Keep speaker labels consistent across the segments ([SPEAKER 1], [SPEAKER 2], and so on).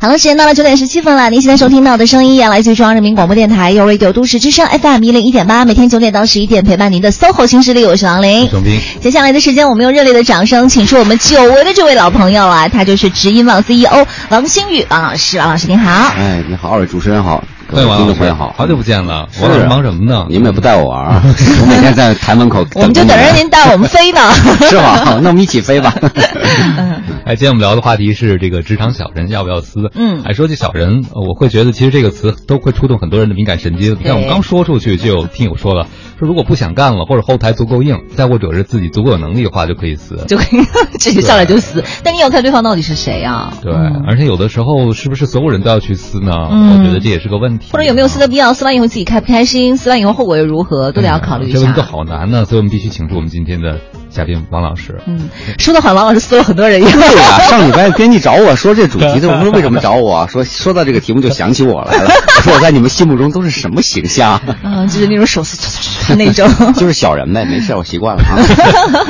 [SPEAKER 1] 好了，时间到了九点十七分了。您现在收听到的声音也来自于中央人民广播电台 u Radio 都市之声 FM 一零一点八，每天九点到十一点陪伴您的 SOHO 新势力，我是王琳。
[SPEAKER 2] 熊斌，
[SPEAKER 1] 接下来的时间，我们用热烈的掌声，请出我们久违的这位老朋友啊，他就是直音网 CEO 王新宇王老师。王老师您好，
[SPEAKER 2] 哎，你好，二位主持人好，各
[SPEAKER 3] 对，
[SPEAKER 2] 位
[SPEAKER 3] 王
[SPEAKER 2] 听
[SPEAKER 3] 老
[SPEAKER 2] 众朋
[SPEAKER 3] 师
[SPEAKER 2] 友好，
[SPEAKER 3] 好久啊不见了，
[SPEAKER 2] 是
[SPEAKER 3] 王老师忙什么呢？
[SPEAKER 2] 你们也不带我玩 儿，我每天在台门口
[SPEAKER 3] 啊
[SPEAKER 1] 我们就
[SPEAKER 2] 你
[SPEAKER 1] 等着
[SPEAKER 2] 们
[SPEAKER 1] 您带我们飞呢。
[SPEAKER 2] 是吧？那我们一起飞 吧。
[SPEAKER 3] 哎，今天我们聊的话题是这个职场小人要不要撕？
[SPEAKER 1] 嗯
[SPEAKER 3] 哎，说起小人，呃我会觉得其实这个词都会触动很多人的敏感神经。你看，我们
[SPEAKER 1] 对
[SPEAKER 3] 刚说出去就有听友说了，说如果不想干了，或者后台足够硬，再或者是自己足够有能力的话，就可以撕。
[SPEAKER 1] 就可以直接上来就死，但你要看对方到底是谁啊？
[SPEAKER 3] 对，
[SPEAKER 1] 嗯
[SPEAKER 3] 而且有的时候是不是所有人都要去撕呢？
[SPEAKER 1] 嗯
[SPEAKER 3] 我觉得这也是个问题。啊
[SPEAKER 1] 或者有没有撕的必要？撕完以后自己开不开心？撕完以后后果又如何？都得要考虑一
[SPEAKER 3] 哎这问
[SPEAKER 1] 下
[SPEAKER 3] 题。好难呢，所以我们必须请出我们今天的嘉宾王老师。
[SPEAKER 1] 嗯，说的好，王老师撕了很多人一样。
[SPEAKER 2] 对呀，上礼拜编辑找我说这主 题，我说为什么找我？说说到这个题目就想起我来了。 我说我在你们心目中都是什么形象？
[SPEAKER 1] 嗯，就是那种手撕唰唰唰那 种。嗯
[SPEAKER 2] 就是小人呗，没事，我习 惯了啊。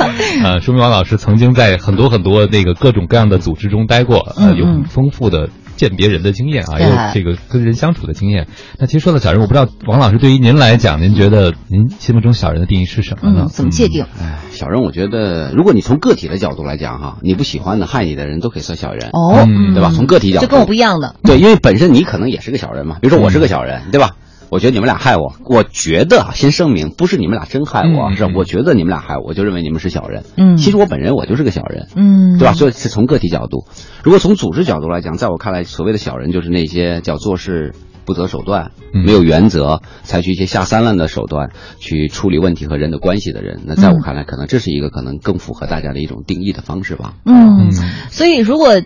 [SPEAKER 3] 呃，说明王老师曾经在很多很多那个各种各样的组织中待过，呃，
[SPEAKER 1] 嗯
[SPEAKER 3] 有
[SPEAKER 1] 嗯
[SPEAKER 3] 很丰富的鉴别人的经验啊，
[SPEAKER 1] 对
[SPEAKER 3] 也有这个跟人相处的经验。那其实说到小人，我不知道王老师对于您来讲，您觉得您心目中小人的定义是什么呢？
[SPEAKER 1] 嗯，怎么界定？
[SPEAKER 2] 哎，小人，我觉得如果你从个体的角度来讲哈，你不喜欢的、害你的人都可以算小人，
[SPEAKER 1] 哦，
[SPEAKER 3] 嗯
[SPEAKER 2] 对吧？从个体角度，
[SPEAKER 1] 就跟我不一样的。
[SPEAKER 2] 对，因为本身你可能也是个小人嘛，比如
[SPEAKER 3] 嗯
[SPEAKER 2] 说我是个小人，对吧？我觉得你们俩害我，我觉得啊，先声明，不是你们俩真害我啊，
[SPEAKER 3] 嗯
[SPEAKER 2] 是
[SPEAKER 3] 嗯
[SPEAKER 2] 我觉得你们俩害我，我就认为你们是小人。
[SPEAKER 1] 嗯
[SPEAKER 2] 其实我本人我就是个小人，
[SPEAKER 1] 嗯，
[SPEAKER 2] 对吧？所以是从个体角度，如果从组织角度来讲，在我看来，所谓的小人就是那些叫做事不择手段、
[SPEAKER 3] 嗯
[SPEAKER 2] 没有原则，采取一些下三滥的手段去处理问题和人的关系的人。那在
[SPEAKER 3] 嗯
[SPEAKER 2] 我看来，可能这是一个可能更符合大家的一种定义的方式吧。
[SPEAKER 1] 嗯
[SPEAKER 3] 嗯，，
[SPEAKER 1] 所以如果。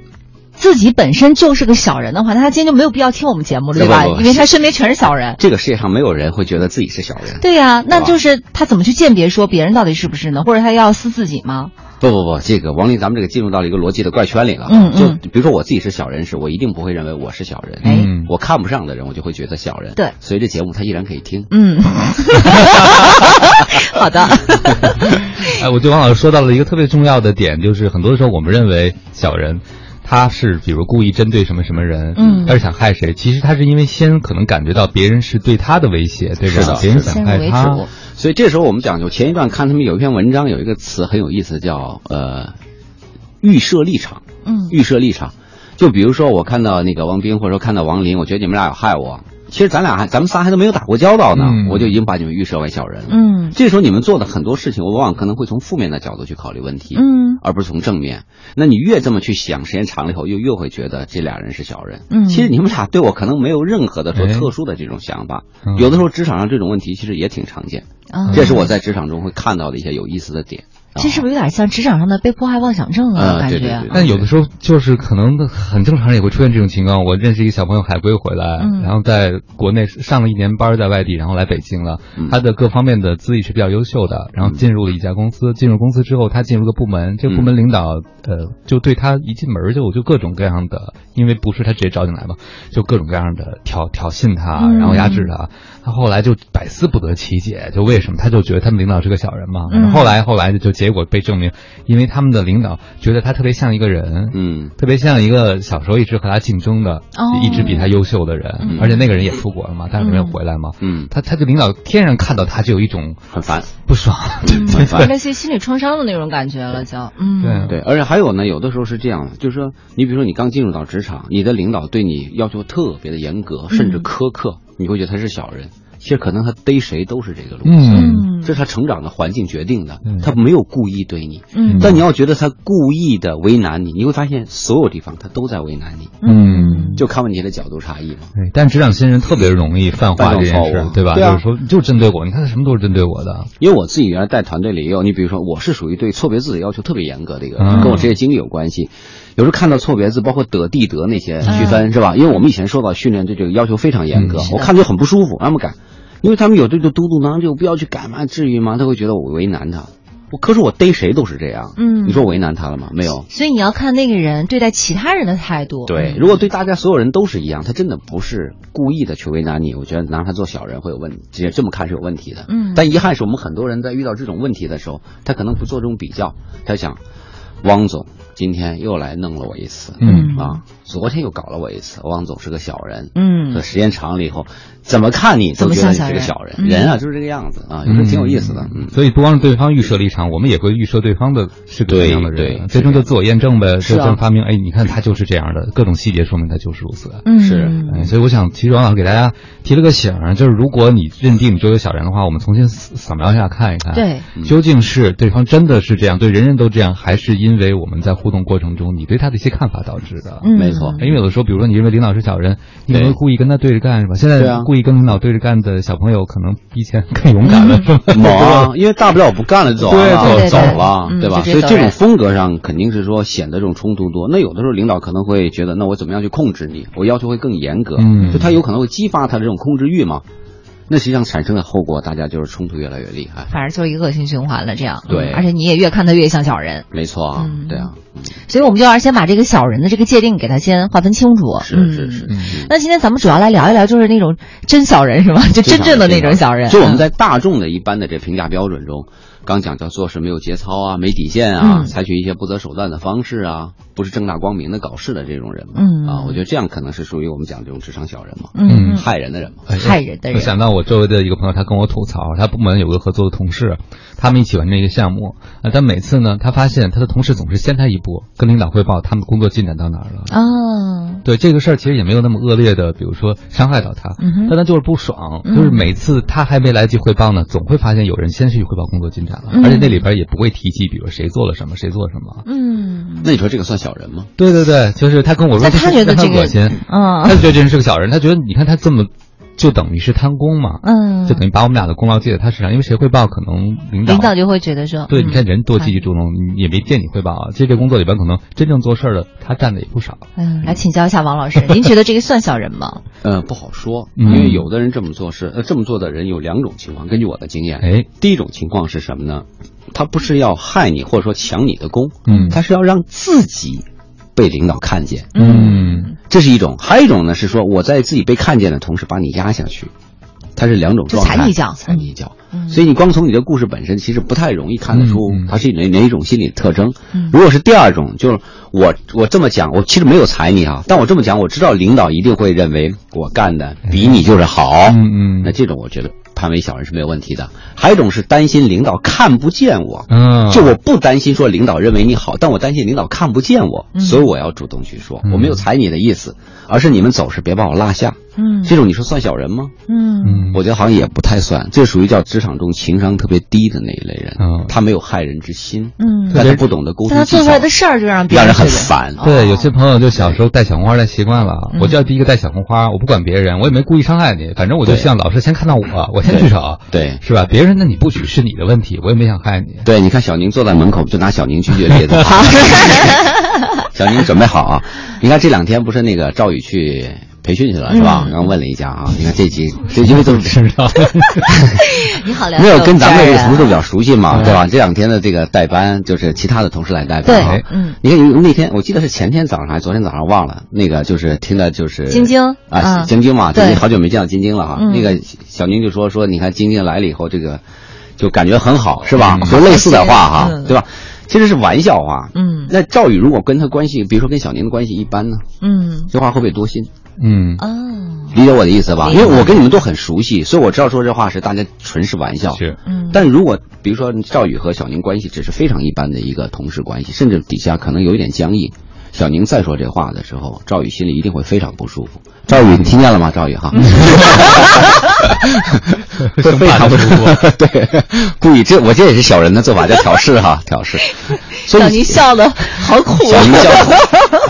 [SPEAKER 1] 自己本身就是个小人的话，那他今天就没有必要听我们节目了，对吧？
[SPEAKER 2] 不不不
[SPEAKER 1] 因为他身边全是小人。
[SPEAKER 2] 这个世界上没有人会觉得自己是小人。
[SPEAKER 1] 对呀、那
[SPEAKER 2] 吧
[SPEAKER 1] 就是他怎么去鉴别说别人到底是不是呢？或者他要撕自己吗？
[SPEAKER 2] 不不不，这个王林，咱们这个进入到了一个逻辑的怪圈里了。
[SPEAKER 1] 嗯嗯
[SPEAKER 2] 就比如说我自己是小人时，我一定不会认为我是小人。
[SPEAKER 1] 哎
[SPEAKER 3] 嗯
[SPEAKER 2] 我看不上的人，我就会觉得小人。
[SPEAKER 1] 对
[SPEAKER 2] 所以这节目他依然可以听。
[SPEAKER 1] 嗯，好的，
[SPEAKER 3] 哎，我觉得王老师说到了一个特别重要的点，就是很多时候我们认为小人。他是比如故意针对什么什么人，
[SPEAKER 1] 嗯
[SPEAKER 3] 他是想害谁？其实他是因为先可能感觉到别人是对他的威胁，对吧？
[SPEAKER 2] 是的
[SPEAKER 3] 别人
[SPEAKER 1] 是的
[SPEAKER 3] 想害
[SPEAKER 1] 先入为
[SPEAKER 3] 他，
[SPEAKER 1] 主
[SPEAKER 2] 所以这时候我们讲究，前一段看他们有一篇文章，有一个词很有意思，叫呃预设立场。
[SPEAKER 1] 嗯
[SPEAKER 2] 预设立场，就比如说我看到那个王斌，或者说看到王林，我觉得你们俩有害我。其实咱俩还咱们仨还都没有打过交道呢，
[SPEAKER 3] 嗯
[SPEAKER 2] 我就已经把你们预设为小人了。
[SPEAKER 1] 嗯
[SPEAKER 2] 这时候你们做的很多事情，我往往可能会从负面的角度去考虑问题。
[SPEAKER 1] 嗯
[SPEAKER 2] 而不是从正面。那你越这么去想，时间长了以后，又越会觉得这俩人是小人。
[SPEAKER 1] 嗯
[SPEAKER 2] 其实你们俩对我可能没有任何的说
[SPEAKER 3] 哎
[SPEAKER 2] 特殊的这种想法。
[SPEAKER 3] 嗯
[SPEAKER 2] 有的时候职场上这种问题其实也挺常见，
[SPEAKER 1] 啊，
[SPEAKER 2] 这是我在职场中会看到的一些有意思的点。啊
[SPEAKER 1] 这是不是有点像职场上的被迫害妄想症啊？
[SPEAKER 2] 啊
[SPEAKER 1] 感
[SPEAKER 2] 对
[SPEAKER 1] 觉
[SPEAKER 2] 对对对
[SPEAKER 3] 但有的时候就是可能很正常，也会出现这种情况。我认识一个小朋友海归回来，
[SPEAKER 1] 嗯
[SPEAKER 3] 然后在国内上了一年班，在外地，然后来北京了。
[SPEAKER 2] 嗯
[SPEAKER 3] 他的各方面的资历是比较优秀的，然后进入了一家公司。进入公司之后，他进入个部门，这个部门领导、呃就对他一进门就就各种各样的，因为不是他直接招进来嘛，就各种各样的挑挑衅他，
[SPEAKER 1] 嗯
[SPEAKER 3] 然后压制他。他后来就百思不得其解，就为什么他就觉得他们领导是个小人嘛？
[SPEAKER 1] 嗯
[SPEAKER 3] 然后后来后来就结果被证明，因为他们的领导觉得他特别像一个人，
[SPEAKER 2] 嗯，
[SPEAKER 3] 特别像一个小时候一直和他竞争的，
[SPEAKER 1] 哦
[SPEAKER 3] 一直比他优秀的人，
[SPEAKER 1] 嗯
[SPEAKER 3] 而且那个人也出国了嘛，但是没有回来嘛。
[SPEAKER 2] 嗯
[SPEAKER 3] 他他的领导天然看到他就有一种
[SPEAKER 2] 很烦。
[SPEAKER 3] 不爽，
[SPEAKER 1] 嗯
[SPEAKER 2] 对对
[SPEAKER 1] 类似于心理创伤的那种感觉了，就嗯
[SPEAKER 3] 对
[SPEAKER 2] 对，而且还有呢，有的时候是这样，就是说，你比如说你刚进入到职场，你的领导对你要求特别的严格，甚
[SPEAKER 1] 嗯
[SPEAKER 2] 至苛刻，你会觉得他是小人。其实可能他逮谁都是这个路子，
[SPEAKER 3] 嗯，
[SPEAKER 1] 嗯
[SPEAKER 2] 这是他成长的环境决定的
[SPEAKER 3] 嗯，
[SPEAKER 2] 他没有故意对你。
[SPEAKER 1] 嗯
[SPEAKER 2] 但你要觉得他故意的为难你，你会发现所有地方他都在为难你，
[SPEAKER 3] 嗯
[SPEAKER 2] 就看问题的角度差异嘛。
[SPEAKER 3] 对但职场新人特别容易泛化
[SPEAKER 2] 犯
[SPEAKER 3] 这
[SPEAKER 2] 这种
[SPEAKER 3] 件事
[SPEAKER 2] 错，误
[SPEAKER 3] 对吧？
[SPEAKER 2] 对啊
[SPEAKER 3] 就是说，你就针对我，你看他什么都是针对我的，
[SPEAKER 2] 因为我自己原来带团队里也有，你比如说我是属于对错别字的要求特别严格的一个
[SPEAKER 3] 嗯
[SPEAKER 2] 人，跟我职业经历有关系。有时候看到错别字，包括得地得那些区分、是吧？因为我们以前受到训练对这个要求非常严
[SPEAKER 3] 嗯
[SPEAKER 2] 格，
[SPEAKER 1] 嗯是
[SPEAKER 2] 我
[SPEAKER 1] 的
[SPEAKER 2] 看就很不舒服，让他们改，因为他们有这就嘟嘟囔就不要去改嘛，至于吗？他会觉得我为难他。我可是我逮谁都是这样，
[SPEAKER 1] 嗯
[SPEAKER 2] 你说我为难他了吗？没有，
[SPEAKER 1] 所以你要看那个人对待其他人的态度。
[SPEAKER 2] 对，如果对大家所有人都是一样，他真的不是故意的去为难你，我觉得拿他做小人会有问题，这这么看是有问题的。
[SPEAKER 1] 嗯
[SPEAKER 2] 但遗憾是我们很多人在遇到这种问题的时候，他可能不做这种比较，他想。汪总今天又来弄了我一次，
[SPEAKER 3] 嗯
[SPEAKER 2] 啊，昨天又搞了我一次。汪总是个小人，
[SPEAKER 1] 嗯
[SPEAKER 2] 可时间长了以后，怎么看你
[SPEAKER 1] 怎
[SPEAKER 2] 都
[SPEAKER 1] 么
[SPEAKER 2] 觉得
[SPEAKER 1] 像小
[SPEAKER 2] 你是个
[SPEAKER 1] 人
[SPEAKER 2] 小人。
[SPEAKER 1] 嗯
[SPEAKER 2] 人啊，就是这个样子啊，有时候挺有意思的。嗯，
[SPEAKER 3] 所以不光是对方预设立场，我们也会预设对方的是个什么样的
[SPEAKER 2] 对对
[SPEAKER 3] 人，最终就自我验证呗。
[SPEAKER 2] 是
[SPEAKER 3] 就
[SPEAKER 2] 啊
[SPEAKER 3] 像发明，哎，你看他就是这样的，各种细节说明他就是如此。
[SPEAKER 1] 嗯
[SPEAKER 2] 是
[SPEAKER 3] 哎，所以我想，其实王老师给大家提了个醒儿，就是如果你认定你周围有小人的话，我们重新扫描一下看一看，
[SPEAKER 1] 对，
[SPEAKER 2] 嗯
[SPEAKER 3] 究竟是对方真的是这样，对人人都这样，还是因为我们在互动过程中你对他的一些看法导致的？
[SPEAKER 1] 嗯
[SPEAKER 2] 没错
[SPEAKER 3] 因为有的时候，比如说你认为领导是小人，你可能会
[SPEAKER 2] 对
[SPEAKER 3] 故意跟他对着干是吧？现
[SPEAKER 2] 对
[SPEAKER 3] 在
[SPEAKER 2] 啊
[SPEAKER 3] 故意跟领导对着干的小朋友，可能比以前更勇敢 了，是吧？
[SPEAKER 2] 猛啊，因为大不了我不干了，走
[SPEAKER 3] 对
[SPEAKER 2] 了，
[SPEAKER 3] 对
[SPEAKER 2] 走
[SPEAKER 3] 对
[SPEAKER 2] 了，
[SPEAKER 1] 嗯
[SPEAKER 2] 对吧？
[SPEAKER 1] 就直接
[SPEAKER 2] 所以
[SPEAKER 1] 走
[SPEAKER 2] 这种
[SPEAKER 1] 人
[SPEAKER 2] 风格上肯定是说显得这种冲突多。那有的时候领导可能会觉得，那我怎么样去控制你？我要求会更严格，
[SPEAKER 3] 嗯
[SPEAKER 2] 就他有可能会激发他的这种控制欲嘛。那实际上产生的后果，大家就是冲突越来越厉害。
[SPEAKER 1] 反而就一个恶性循环了，这样。
[SPEAKER 2] 对
[SPEAKER 1] 嗯而且你也越看他越像小人，
[SPEAKER 2] 没错啊，
[SPEAKER 1] 嗯
[SPEAKER 2] 对啊，嗯
[SPEAKER 1] 所以我们就要先把这个小人的这个界定给他先划分清楚。
[SPEAKER 2] 是是是。
[SPEAKER 1] 嗯。
[SPEAKER 2] 嗯
[SPEAKER 1] 那今天咱们主要来聊一聊，就是那种真小人是吗？就真正的那种小人。嗯
[SPEAKER 2] 就我们在大众的一般的这评价标准中，刚讲叫做事没有节操啊，没底线啊，
[SPEAKER 1] 嗯
[SPEAKER 2] 采取一些不择手段的方式啊，不是正大光明的搞事的这种人嘛。
[SPEAKER 1] 嗯
[SPEAKER 2] 啊，我觉得这样可能是属于我们讲这种职场小人嘛，
[SPEAKER 1] 嗯，
[SPEAKER 2] 害人的人嘛。
[SPEAKER 3] 哎
[SPEAKER 1] 害人的
[SPEAKER 3] 我
[SPEAKER 1] 人。
[SPEAKER 3] 想到我周围的一个朋友，他跟我吐槽，他部门有个合作的同事，他们一起完成一个项目，呃，但每次呢，他发现他的同事总是先他一步，跟领导汇报他们工作进展到哪儿了。
[SPEAKER 1] 啊，
[SPEAKER 3] 对这个事儿，其实也没有那么恶劣的，比如说伤害到他，
[SPEAKER 1] 嗯哼
[SPEAKER 3] 但他就是不爽，
[SPEAKER 1] 嗯
[SPEAKER 3] 就是每次他还没来得及汇报呢，总会发现有人先去汇报工作进展了，
[SPEAKER 1] 嗯
[SPEAKER 3] 而且那里边也不会提及，比如谁做了什么，谁做了什么。
[SPEAKER 1] 嗯，
[SPEAKER 2] 那你说这个算小人吗？
[SPEAKER 3] 对对对，就是他跟我
[SPEAKER 1] 那
[SPEAKER 3] 说，
[SPEAKER 1] 他觉得这
[SPEAKER 3] 很
[SPEAKER 1] 个
[SPEAKER 3] 恶心，
[SPEAKER 1] 啊
[SPEAKER 3] 他，就觉得这人是个小人，他觉得你看他这么，就等于是贪功嘛，
[SPEAKER 1] 嗯，
[SPEAKER 3] 就等于把我们俩的功劳记在他身上，因为谁汇报可能领导。
[SPEAKER 1] 领导就会觉得说，
[SPEAKER 3] 对，
[SPEAKER 1] 嗯
[SPEAKER 3] 你看人多积极主动，你也没见你汇报啊。其实这工作里边可能真正做事儿的，他占的也不少。
[SPEAKER 1] 嗯，来请教一下王老 师，您觉得这个算小人吗？
[SPEAKER 2] 呃，不好说，因
[SPEAKER 3] 嗯
[SPEAKER 2] 为有的人这么做是，呃，这么做的人有两种情况。根据我的经验，
[SPEAKER 3] 哎，
[SPEAKER 2] 第一种情况是什么呢？他不是要害你或者说抢你的功，
[SPEAKER 3] 嗯
[SPEAKER 2] 他是要让自己被领导看见。
[SPEAKER 3] 嗯
[SPEAKER 2] 这是一种；还有一种呢是说我在自己被看见的同时把你压下去，它是两种状态。
[SPEAKER 1] 就踩你一脚
[SPEAKER 2] 踩你一脚。
[SPEAKER 1] 嗯
[SPEAKER 2] 所以你光从你的故事本身，其实不太容易看得出
[SPEAKER 3] 嗯嗯
[SPEAKER 2] 它是哪哪一种心理特征。
[SPEAKER 1] 嗯
[SPEAKER 2] 如果是第二种，就是我我这么讲，我其实没有踩你啊，但我这么讲，我知道领导一定会认为我干的比你就是好。
[SPEAKER 3] 嗯
[SPEAKER 2] 那这种我觉得判为小人是没有问题的。还有一种是担心领导看不见我。
[SPEAKER 3] 嗯，
[SPEAKER 2] 就我不担心说领导认为你好，但我担心领导看不见我，
[SPEAKER 1] 嗯
[SPEAKER 2] 所以我要主动去说，
[SPEAKER 3] 嗯
[SPEAKER 2] 我没有踩你的意思，而是你们走时别把我落下。
[SPEAKER 1] 嗯
[SPEAKER 2] 这种你说算小人吗？
[SPEAKER 1] 嗯
[SPEAKER 3] 嗯，
[SPEAKER 2] 我觉得好像也不太算，这属于叫职场中情商特别低的那一类人，
[SPEAKER 3] 嗯
[SPEAKER 2] 他没有害人之心，
[SPEAKER 1] 嗯，
[SPEAKER 2] 但他不懂得沟
[SPEAKER 1] 但
[SPEAKER 2] 通
[SPEAKER 1] 他
[SPEAKER 2] 技
[SPEAKER 1] 做出
[SPEAKER 2] 巧
[SPEAKER 1] 来，的事儿嗯就让别
[SPEAKER 2] 让人
[SPEAKER 1] 人觉
[SPEAKER 2] 很
[SPEAKER 1] 得，
[SPEAKER 2] 烦。
[SPEAKER 3] 对，有些朋友就小时候带小红花带习惯了，
[SPEAKER 1] 嗯
[SPEAKER 3] 我就要第一个带小红花，我不管别人，我也没故意伤害你，反正我就
[SPEAKER 2] 对
[SPEAKER 3] 希望老师先看到我，我先举手，
[SPEAKER 2] 对
[SPEAKER 3] 是吧？别人的你不举是你的问题，我也没想害你。
[SPEAKER 2] 对，你看小宁坐在门口，就拿小宁去举例 子。小宁准备好啊！你看这两天不是那个赵宇去培训去了是
[SPEAKER 1] 嗯
[SPEAKER 2] 吧？然后问了一下啊，你看这集这因为都是
[SPEAKER 3] 是 吧？
[SPEAKER 1] 你好了解
[SPEAKER 2] 没
[SPEAKER 1] 我
[SPEAKER 2] 有
[SPEAKER 1] 们
[SPEAKER 2] 跟咱们
[SPEAKER 1] 家
[SPEAKER 2] 这个
[SPEAKER 1] 人啊
[SPEAKER 2] 同事比较熟悉嘛，
[SPEAKER 3] 嗯
[SPEAKER 2] 对吧？这两天的这个代班就是其他的同事来代班啊
[SPEAKER 1] 对。，嗯，
[SPEAKER 2] 你看那天我记得是前天早上还是昨天早上忘了，那个就是听的就是
[SPEAKER 1] 晶晶嗯
[SPEAKER 2] 啊，晶晶嘛，晶晶
[SPEAKER 1] 对
[SPEAKER 2] 好久没见到晶晶了哈。
[SPEAKER 1] 嗯
[SPEAKER 2] 那个小宁就说说，你看晶晶来了以后，这个就感觉很好，是吧？
[SPEAKER 3] 嗯
[SPEAKER 2] 就类似的话哈
[SPEAKER 1] 嗯，
[SPEAKER 2] 对吧？其实是玩笑话。
[SPEAKER 1] 嗯
[SPEAKER 2] 那赵宇如果跟他关系，比如说跟小宁的关系一般呢，
[SPEAKER 1] 嗯
[SPEAKER 2] 这话会不会多心？
[SPEAKER 3] 嗯，
[SPEAKER 1] 哦
[SPEAKER 2] 理解我的意思吧？
[SPEAKER 1] 明
[SPEAKER 2] 因
[SPEAKER 1] 白
[SPEAKER 2] 为我跟你们都很熟悉，所以我知道说这话是大家纯是玩笑。
[SPEAKER 3] 是，
[SPEAKER 1] 嗯，
[SPEAKER 2] 但如果比如说赵宇和小宁关系只是非常一般的一个同事关系，甚至底下可能有一点僵硬，小宁再说这话的时候，赵宇心里一定会非常不舒服。赵宇，你听见了吗？赵宇哈，会
[SPEAKER 3] 生
[SPEAKER 2] 非
[SPEAKER 3] 怕他
[SPEAKER 2] 常不
[SPEAKER 3] 不
[SPEAKER 2] 舒
[SPEAKER 3] 舒服。
[SPEAKER 2] 服。 对，故意这我这也是小人的做法，叫挑事 哈，挑事。所以
[SPEAKER 1] 小宁笑的好苦
[SPEAKER 2] 小
[SPEAKER 1] 啊，
[SPEAKER 2] 宁笑得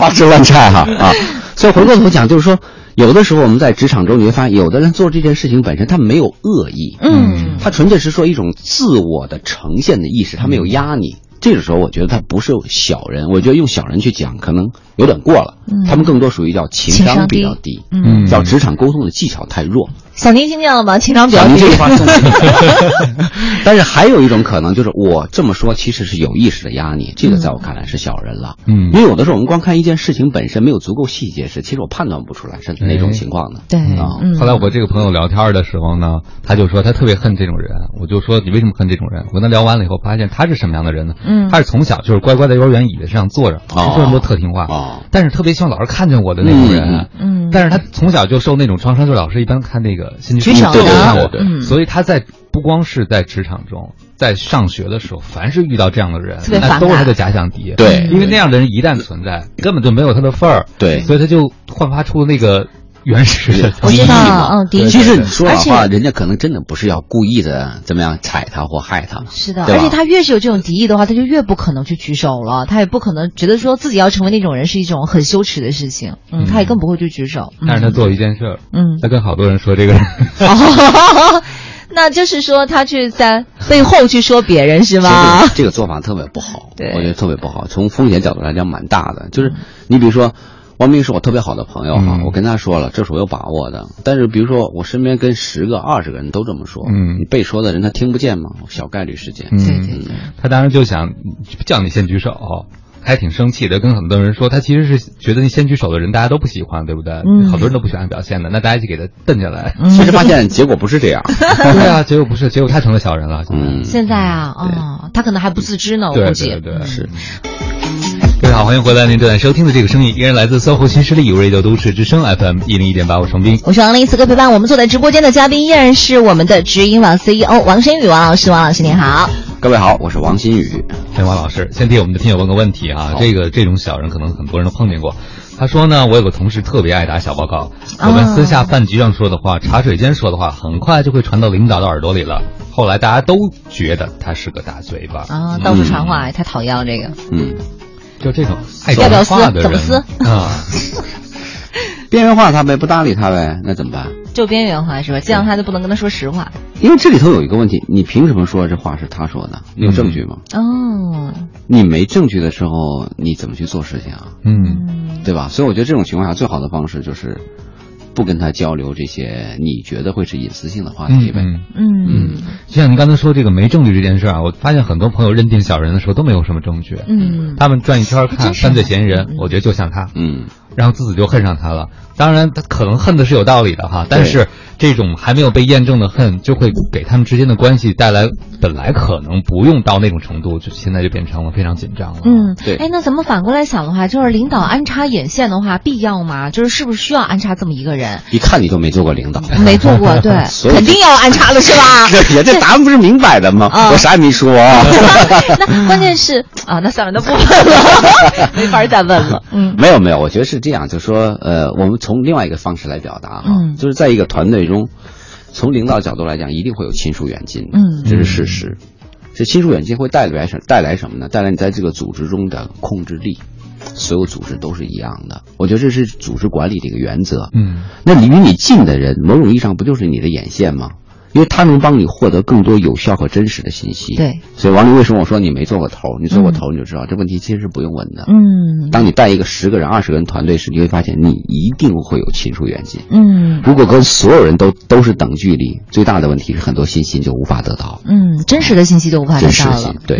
[SPEAKER 2] 花枝乱颤哈啊！所以回过头讲，就是说，有的时候我们在职场中，你会发现，有的人做这件事情本身他没有恶意，
[SPEAKER 1] 嗯
[SPEAKER 2] 他纯粹是说一种自我的呈现的意识，他没有压你。这个时候，我觉得他不是小人，我觉得用小人去讲，可能有点过了
[SPEAKER 1] 嗯，
[SPEAKER 2] 他们更多属于叫情
[SPEAKER 1] 情商
[SPEAKER 2] 商
[SPEAKER 1] 低
[SPEAKER 2] 比较低，
[SPEAKER 1] 嗯，
[SPEAKER 2] 叫职场沟通的技巧太弱。
[SPEAKER 1] 小年轻掉了吗？情商比较
[SPEAKER 2] 咱们
[SPEAKER 1] 低
[SPEAKER 2] 这。句话送你。 但是还有一种可能就是我这么说其实是有意识的压你，这个在我看来是小人了。
[SPEAKER 3] 嗯
[SPEAKER 2] 因为有的时候我们光看一件事情本身没有足够细节时，其实我判断不出来是哪种情况的。
[SPEAKER 1] 对，
[SPEAKER 2] 啊
[SPEAKER 1] 嗯，
[SPEAKER 3] 后来我和这个朋友聊天的时候呢，他就说他特别恨这种人，我就说你为什么恨这种人？我跟他聊完了以后，发现他是什么样的人呢？
[SPEAKER 1] 嗯
[SPEAKER 3] 他是从小就是乖乖在幼儿园椅子上坐着，
[SPEAKER 2] 哦
[SPEAKER 3] 说什么都特听话，
[SPEAKER 2] 哦
[SPEAKER 3] 但是特别希望老师看见我的那种人啊
[SPEAKER 2] 嗯。
[SPEAKER 1] 嗯
[SPEAKER 3] 但是他从小就受那种创伤，就是老师一般看那个心理
[SPEAKER 1] 举手
[SPEAKER 3] 都
[SPEAKER 2] 的
[SPEAKER 3] 看我
[SPEAKER 2] 对对
[SPEAKER 1] 对嗯
[SPEAKER 3] 所以他在不光是在职场中，在上学的时候，凡是遇到这样的人
[SPEAKER 1] 特别，
[SPEAKER 3] 那
[SPEAKER 1] 反
[SPEAKER 3] 都是他
[SPEAKER 1] 感
[SPEAKER 3] 的假想敌。
[SPEAKER 2] 对
[SPEAKER 3] 因为那样的人一旦存在，根本就没有他的份儿。
[SPEAKER 2] 对
[SPEAKER 3] 所以他就焕发出那个原始 的
[SPEAKER 1] 我
[SPEAKER 2] 敌
[SPEAKER 1] 知
[SPEAKER 2] 意
[SPEAKER 1] 道
[SPEAKER 2] 嘛，
[SPEAKER 1] 嗯敌意
[SPEAKER 2] 其实你说老
[SPEAKER 1] 而
[SPEAKER 2] 话，
[SPEAKER 1] 且
[SPEAKER 2] 人家可能真的不是要故意的怎么样踩他或害他，
[SPEAKER 1] 是的，
[SPEAKER 2] 对
[SPEAKER 1] 而
[SPEAKER 2] 吧
[SPEAKER 1] 且他越是有这种敌意的话，他就越不可能去举手了，他也不可能觉得说自己要成为那种人是一种很羞耻的事情，嗯，
[SPEAKER 3] 嗯
[SPEAKER 1] 他也更不会去举手。嗯
[SPEAKER 3] 但是他做了一件事儿，
[SPEAKER 1] 嗯
[SPEAKER 3] 他跟好多人说这个人，
[SPEAKER 1] 哦， 那就是说他去在背后去说别人是
[SPEAKER 2] 其实
[SPEAKER 1] 吗
[SPEAKER 2] 这个？这个做法特别不好，
[SPEAKER 1] 对
[SPEAKER 2] 我觉得特别不好。从风险角度来讲，蛮大的。就是你比如说，王明是我特别好的朋友哈，
[SPEAKER 3] 嗯
[SPEAKER 2] 我跟他说了，这是我有把握的。但是比如说，我身边跟十个、二十个人都这么说，
[SPEAKER 3] 嗯
[SPEAKER 2] 你被说的人他听不见吗？小概率事件。嗯
[SPEAKER 1] 对对对，
[SPEAKER 3] 他当时就想叫你先举手。还挺生气的，跟很多人说，他其实是觉得你先举手的人大家都不喜欢，对不对？
[SPEAKER 1] 嗯
[SPEAKER 3] 好多人都不喜欢表现的，那大家就给他蹬下 来。
[SPEAKER 1] 嗯
[SPEAKER 2] 其实发现结果不是 这样，
[SPEAKER 3] 对啊，结果不是，结果他成了小人了。现在
[SPEAKER 2] 嗯，
[SPEAKER 1] 现在啊，哦，他可能还不自知呢，我嗯
[SPEAKER 3] 对
[SPEAKER 1] 估计。
[SPEAKER 3] 对对，
[SPEAKER 2] 是。
[SPEAKER 3] 各位好，欢迎回来。您正在收听的这个声音依然来自搜狐新势力 Radio 都市之声 FM 一零一点八，我是程斌。
[SPEAKER 1] 我是王琳，此刻陪伴我们坐在直播间的嘉宾依然是我们的直营网 CEO 王申宇，王老师，王老师您好。
[SPEAKER 2] 各位好，我是王新宇。
[SPEAKER 3] 陈王老师，先替我们的听友问个问题啊，
[SPEAKER 2] 好
[SPEAKER 3] 这个这种小人可能很多人都碰见过。他说呢，我有个同事特别爱打小报告，
[SPEAKER 1] 啊
[SPEAKER 3] 我们私下饭局上说的话，茶水间说的话，很快就会传到领导的耳朵里了。后来大家都觉得他是个大嘴巴，嗯
[SPEAKER 1] 啊，到处传话，太讨厌了这个。
[SPEAKER 2] 嗯，
[SPEAKER 3] 就这种爱
[SPEAKER 1] 要不要
[SPEAKER 3] 讲
[SPEAKER 1] 撕
[SPEAKER 3] 话的
[SPEAKER 1] 怎么
[SPEAKER 3] 人
[SPEAKER 1] 撕
[SPEAKER 3] 啊，
[SPEAKER 2] 边缘化他呗，不搭理他呗，那怎么办？
[SPEAKER 1] 就边缘化是吧？这样他就不能跟他说实话。
[SPEAKER 2] 因为这里头有一个问题，你凭什么说这话是他说的？你有证据吗？
[SPEAKER 3] 嗯
[SPEAKER 1] 哦，
[SPEAKER 2] 你没证据的时候，你怎么去做事情啊？
[SPEAKER 3] 嗯
[SPEAKER 2] 对吧？所以我觉得这种情况下，最好的方式就是不跟他交流这些你觉得会是隐私性的话
[SPEAKER 3] 嗯
[SPEAKER 2] 题呗。
[SPEAKER 3] 嗯。
[SPEAKER 1] 嗯
[SPEAKER 3] 就像您刚才说这个没证据这件事儿啊，我发现很多朋友认定小人的时候都没有什么证据，
[SPEAKER 1] 嗯
[SPEAKER 3] 他们转一圈儿
[SPEAKER 1] 还真
[SPEAKER 3] 看
[SPEAKER 1] 是啊嗯
[SPEAKER 3] 犯罪嫌疑人，我觉得就像他，
[SPEAKER 2] 嗯，
[SPEAKER 3] 然后自己就恨上他了。当然，他可能恨的是有道理的哈，但是这种还没有被验证的恨，就会给他们之间的关系带来本来可能不用到那种程度，就现在就变成了非常紧张了。
[SPEAKER 1] 嗯，
[SPEAKER 2] 对
[SPEAKER 1] 哎，那咱们反过来想的话，就是领导安插眼线的话，必要吗？就是是不是需要安插这么一个人？
[SPEAKER 2] 一看你就没做过领 导。
[SPEAKER 1] 没做过，对，
[SPEAKER 2] 所以
[SPEAKER 1] 肯定要安插的是吧？
[SPEAKER 2] 这这答案不是明摆的吗？
[SPEAKER 1] 啊
[SPEAKER 2] 我啥也没说啊，
[SPEAKER 1] 那关键是啊，那算了，那不问了，没法再问了。嗯
[SPEAKER 2] 没有没有，我觉得是这样，就说呃，我们从另外一个方式来表达哈，
[SPEAKER 1] 嗯
[SPEAKER 2] 就是在一个团队中，从领导角度来讲，一定会有亲疏远近的，
[SPEAKER 1] 嗯
[SPEAKER 2] 这是事实。这亲疏远近会带来什带来什么呢？带来你在这个组织中的控制力，所有组织都是一样的。我觉得这是组织管理的一个原则。
[SPEAKER 3] 嗯，
[SPEAKER 2] 那你与你近的人，某种意义上不就是你的眼线吗？因为他能帮你获得更多有效和真实的信息。，
[SPEAKER 1] 对，
[SPEAKER 2] 所以王林为什么我说你没做过头？你做过头你就知道、这问题其实是不用问的。
[SPEAKER 1] 嗯
[SPEAKER 2] 当你带一个十个人、二十个人团队时，你会发现你一定会有亲疏远近。
[SPEAKER 1] 嗯
[SPEAKER 2] 如果跟所有人都都是等距离，最大的问题是很多信息你就无法得到。
[SPEAKER 1] 嗯，真实的信息都无法得
[SPEAKER 2] 真实
[SPEAKER 1] 到
[SPEAKER 2] 信
[SPEAKER 1] 了。
[SPEAKER 2] 对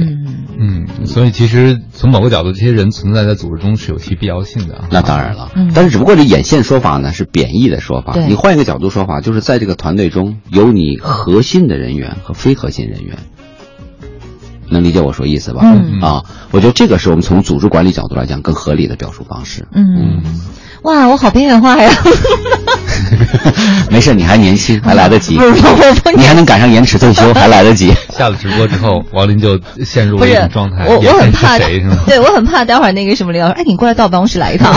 [SPEAKER 1] 嗯
[SPEAKER 3] 嗯，所以其实从某个角度，这些人存在在组织中是有其必要 性的啊。
[SPEAKER 2] 那当然了，
[SPEAKER 1] 嗯
[SPEAKER 2] 但是只不过这眼线说法呢是贬义的说法
[SPEAKER 1] 对。
[SPEAKER 2] 你换一个角度说法，就是在这个团队中有你核心的人员和非核心人员，能理解我说意思吧？
[SPEAKER 1] 嗯
[SPEAKER 2] 啊，我觉得这个是我们从组织管理角度来讲更合理的表述方式。
[SPEAKER 1] 嗯，哇，我好边缘化呀！
[SPEAKER 2] 没事，你还年轻，还来得及
[SPEAKER 1] 不是我我不，
[SPEAKER 2] 你还能赶上延迟退休，还来 得及。
[SPEAKER 3] 下了直播之后，王林就陷入
[SPEAKER 1] 不
[SPEAKER 3] 了一
[SPEAKER 1] 是
[SPEAKER 3] 种状态，
[SPEAKER 1] 我
[SPEAKER 3] 眼
[SPEAKER 1] 我很
[SPEAKER 3] 前是
[SPEAKER 1] 怕
[SPEAKER 3] 谁是吗？
[SPEAKER 1] 对我很怕待会儿那个什么领导说，哎，你过来到我办公室来一趟。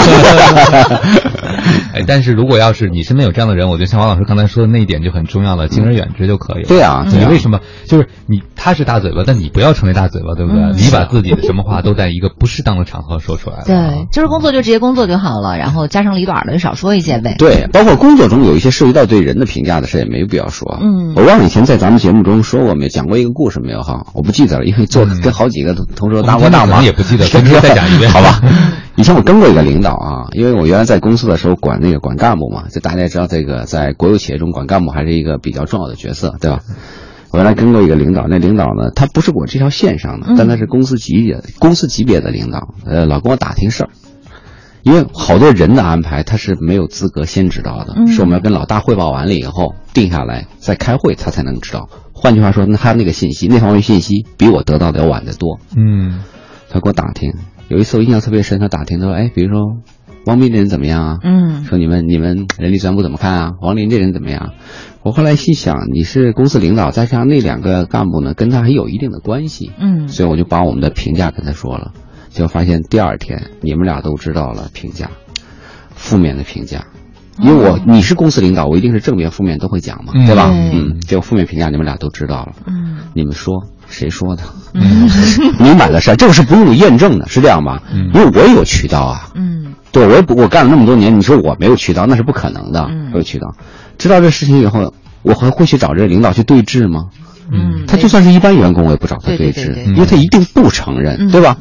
[SPEAKER 3] 哎，但是如果要是你身边有这样的人，我觉得像王老师刚才说的那一点就很重要了，敬而远之就可以了。
[SPEAKER 2] 对啊，
[SPEAKER 1] 嗯
[SPEAKER 2] 对
[SPEAKER 3] 你
[SPEAKER 2] 啊
[SPEAKER 3] 为什么就是你他是大嘴巴，但你不要成为大嘴巴，对不对？
[SPEAKER 1] 嗯
[SPEAKER 3] 你把自己的什么话都在一个不适当的场合说出来了。
[SPEAKER 1] 对，就是工作就直接工作就好了，然后家长里短的就少说一些呗。
[SPEAKER 2] 对，包括工作中有一些涉及到对人的评价的事，也没必要说。啊
[SPEAKER 1] 嗯
[SPEAKER 2] 我忘了以前在咱们节目中说过没，讲过一个故事没有哈？我不记得了，因为做
[SPEAKER 3] 嗯
[SPEAKER 2] 跟好几个同事
[SPEAKER 3] 我
[SPEAKER 2] 都搭
[SPEAKER 3] 们今
[SPEAKER 2] 过
[SPEAKER 3] 天
[SPEAKER 2] 档
[SPEAKER 3] 可
[SPEAKER 2] 嘛
[SPEAKER 3] 能，也不记得，
[SPEAKER 2] 是
[SPEAKER 3] 今
[SPEAKER 2] 不
[SPEAKER 3] 天
[SPEAKER 2] 是
[SPEAKER 3] 再讲一遍，
[SPEAKER 2] 好吧？以前我跟过一个领导啊，因为我原来在公司的时候管那个管干部嘛，就大家也知道这个在国有企业中管干部还是一个比较重要的角色，对吧？我原来跟过一个领导，那领导呢，他不是我这条线上的
[SPEAKER 1] 嗯，
[SPEAKER 2] 但他是公司级别公司级别的领导，呃，老跟我打听事儿。因为好多人的安排，他是没有资格先知道的，
[SPEAKER 1] 嗯
[SPEAKER 2] 是我们要跟老大汇报完了以后定下来，再开会他才能知道。换句话说，那他那个信息，那方面信息比我得到的要晚得多。
[SPEAKER 3] 嗯
[SPEAKER 2] 他给我打听，有一次我印象特别深，他打听他说，哎，比如说汪斌这人怎么样啊？
[SPEAKER 1] 嗯
[SPEAKER 2] 说你们你们人力资源部怎么看啊？王林这人怎么样？我后来细想，你是公司领导，再加上那两个干部呢，跟他还有一定的关系，
[SPEAKER 1] 嗯
[SPEAKER 2] 所以我就把我们的评价跟他说了，结果发现第二天你们俩都知道了评价，负面的评价。因为我你是公司领导，我一定是正面、负面都会讲嘛，
[SPEAKER 3] 嗯
[SPEAKER 2] 对吧？
[SPEAKER 1] 对
[SPEAKER 2] 嗯，结果负面评价你们俩都知道了，
[SPEAKER 1] 嗯
[SPEAKER 2] 你们说谁说的？
[SPEAKER 1] 嗯
[SPEAKER 2] 明白的事儿，这个是不用验证的，是这样吧？
[SPEAKER 3] 嗯
[SPEAKER 2] 因为我也有渠道啊，
[SPEAKER 1] 嗯
[SPEAKER 2] 对我也不我干了那么多年，你说我没有渠道，那是不可能的。
[SPEAKER 1] 嗯
[SPEAKER 2] 我有渠道，知道这事情以后，我还会去找这领导去对峙吗？
[SPEAKER 1] 嗯，
[SPEAKER 2] 他就算是一般员工，我也不找他
[SPEAKER 1] 对对
[SPEAKER 2] 峙，
[SPEAKER 1] 对对
[SPEAKER 3] 对
[SPEAKER 2] 因为他一定不承认，
[SPEAKER 1] 嗯
[SPEAKER 2] 对吧？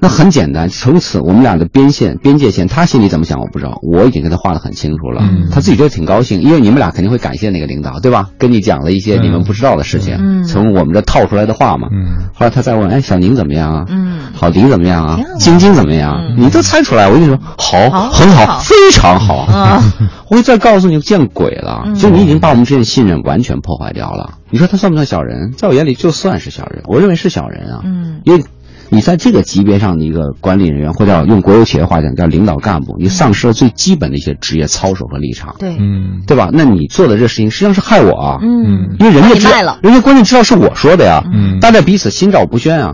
[SPEAKER 2] 那很简单，从此我们俩的边线、边界线，他心里怎么想我不知道，我已经跟他画得很清楚了，
[SPEAKER 3] 嗯
[SPEAKER 2] 他自己觉得挺高兴，因为你们俩肯定会感谢那个领导，对吧？跟你讲了一些
[SPEAKER 3] 嗯
[SPEAKER 2] 你们不知道的事情，
[SPEAKER 1] 嗯
[SPEAKER 2] 从我们这套出来的话嘛。
[SPEAKER 3] 嗯
[SPEAKER 2] 后来他再问，哎，小宁怎么样啊？
[SPEAKER 1] 嗯
[SPEAKER 2] 郝迪怎么样啊
[SPEAKER 1] 挺好？
[SPEAKER 2] 晶晶怎么样？
[SPEAKER 1] 嗯
[SPEAKER 2] 你都猜出来，我跟你说，好，
[SPEAKER 1] 好
[SPEAKER 2] 很
[SPEAKER 1] 好
[SPEAKER 2] 好，非常好。
[SPEAKER 1] 啊，
[SPEAKER 2] 我会再告诉你，见鬼了！
[SPEAKER 1] 嗯
[SPEAKER 2] 就你已经把我们之间的信任完全破坏掉了。你说他算不算小人？在我眼里，就算是小人，我认为是小人啊。
[SPEAKER 1] 嗯
[SPEAKER 2] 因为你在这个级别上的一个管理人员，或者用国有企业话讲叫领导干部，你丧失了最基本的一些职业操守和立场，
[SPEAKER 1] 嗯对
[SPEAKER 3] 嗯
[SPEAKER 2] 对吧？那你做的这事情实际上是害我啊。
[SPEAKER 1] 嗯
[SPEAKER 2] 因为人家知
[SPEAKER 1] 把你卖了
[SPEAKER 2] 道，人家关键知道是我说的呀，
[SPEAKER 3] 嗯
[SPEAKER 2] 大家彼此心照不宣啊。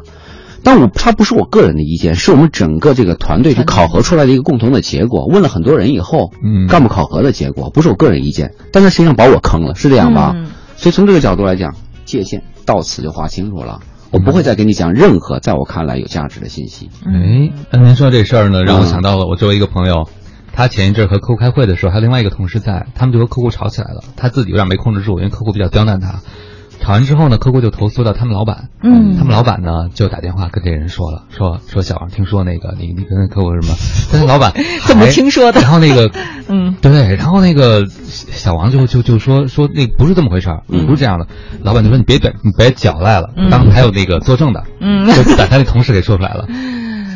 [SPEAKER 2] 但我他不是我个人的意见，是我们整个这个团队去考核出来的一个共同的结果。问了很多人以后，
[SPEAKER 3] 嗯
[SPEAKER 2] 干部考核的结果不是我个人意见，但他实际上把我坑了，是这样吧？
[SPEAKER 1] 嗯
[SPEAKER 2] 所以从这个角度来讲，界限到此就划清楚了。我不会再跟你讲任何在我看来有价值的信息。
[SPEAKER 1] 嗯
[SPEAKER 3] 哎，那您说这事儿呢，让我想到了我周围一个朋友，他前一阵儿和客户开会的时候，还有另外一个同事在，他们就和客户吵起来了，他自己有点没控制住，因为客户比较刁难他。吵完之后呢，客户就投诉到他们老板，
[SPEAKER 1] 嗯
[SPEAKER 3] 他们老板呢就打电话跟这人说了，说说小王，听说那个你你跟客户什么，但是老板
[SPEAKER 1] 怎么
[SPEAKER 3] 还
[SPEAKER 1] 听说的
[SPEAKER 3] 然后那个
[SPEAKER 1] 嗯
[SPEAKER 3] 对，然后那个小王就就就说说那不是这么回事儿，
[SPEAKER 2] 嗯
[SPEAKER 3] 不是这样的。老板就说你别别你别狡赖了
[SPEAKER 1] 嗯，
[SPEAKER 3] 当时还有那个作证的，
[SPEAKER 1] 嗯
[SPEAKER 3] 就把他那同事给说出来了。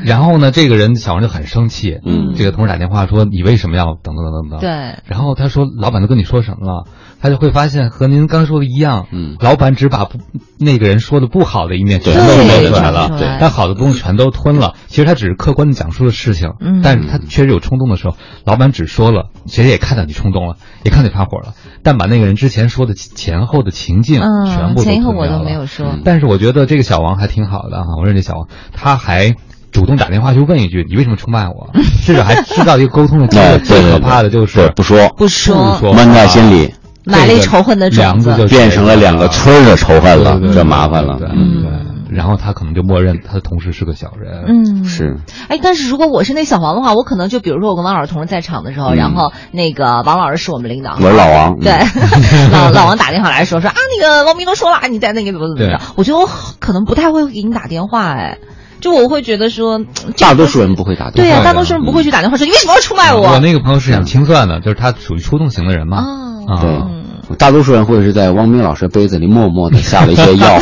[SPEAKER 3] 然后呢，这个人小王就很生气，
[SPEAKER 2] 嗯
[SPEAKER 3] 这个同事打电话说你为什么要等等等等等。
[SPEAKER 1] 对，
[SPEAKER 3] 然后他说：“老板都跟你说什么了？”他就会发现和您刚说的一样，
[SPEAKER 2] 嗯
[SPEAKER 3] 老板只把不那个人说的不好的一面全
[SPEAKER 2] 对
[SPEAKER 3] 都说出来
[SPEAKER 1] 对
[SPEAKER 3] 了
[SPEAKER 1] 说出来，
[SPEAKER 3] 但好的东西全都吞了。其实他只是客观的讲述了事情，
[SPEAKER 1] 嗯
[SPEAKER 3] 但是他确实有冲动的时候。老板只说了，谁也看到你冲动了，也看到你发火了，但把那个人之前说的前后的情境全
[SPEAKER 1] 嗯，
[SPEAKER 3] 部都吞
[SPEAKER 1] 前
[SPEAKER 3] 掉
[SPEAKER 1] 后
[SPEAKER 3] 了。
[SPEAKER 1] 我都没有说，
[SPEAKER 2] 嗯
[SPEAKER 3] 但是我觉得这个小王还挺好的啊，我认识这小王，他还主动打电话去问一句：“你为什么出卖我？”至少还知道一个沟通的机
[SPEAKER 2] 哎
[SPEAKER 3] 会。
[SPEAKER 2] 对
[SPEAKER 3] 最
[SPEAKER 2] 对
[SPEAKER 3] 可
[SPEAKER 2] 对
[SPEAKER 3] 怕的就是嗯
[SPEAKER 2] 不说，
[SPEAKER 1] 不说
[SPEAKER 3] 说
[SPEAKER 2] 闷在心里，
[SPEAKER 1] 埋了一仇恨的种
[SPEAKER 3] 梁
[SPEAKER 1] 子
[SPEAKER 3] 子，就
[SPEAKER 2] 变成了两个村儿的仇恨了，这麻烦了
[SPEAKER 3] 对。对
[SPEAKER 2] 嗯
[SPEAKER 3] 对对然后他可能就默认他的同事是个小人。
[SPEAKER 1] 嗯
[SPEAKER 2] 是，
[SPEAKER 1] 哎，但是如果我是那小王的话，我可能就比如说我跟王老师同事在场的时候，
[SPEAKER 2] 嗯
[SPEAKER 1] 然后那个王老师是我们领导，
[SPEAKER 2] 我是老王。嗯
[SPEAKER 1] 对， 老老王打电话来说说啊，那个王明都说了，你在那个怎么怎么着
[SPEAKER 3] 对？
[SPEAKER 1] 我觉得我可能不太会给你打电话，哎，就我会觉得说，
[SPEAKER 2] 大多数人不会嗯打电
[SPEAKER 1] 对
[SPEAKER 2] 话。
[SPEAKER 1] 呀、
[SPEAKER 3] 的
[SPEAKER 1] 大多数人不会去打电话说你为什么要出卖
[SPEAKER 3] 嗯我那个朋友是想清算的，就是他属于冲动型的人嘛。
[SPEAKER 1] 哦
[SPEAKER 3] 啊，
[SPEAKER 2] 对，大多数人会是在汪冰老师杯子里默默的下了一些 药，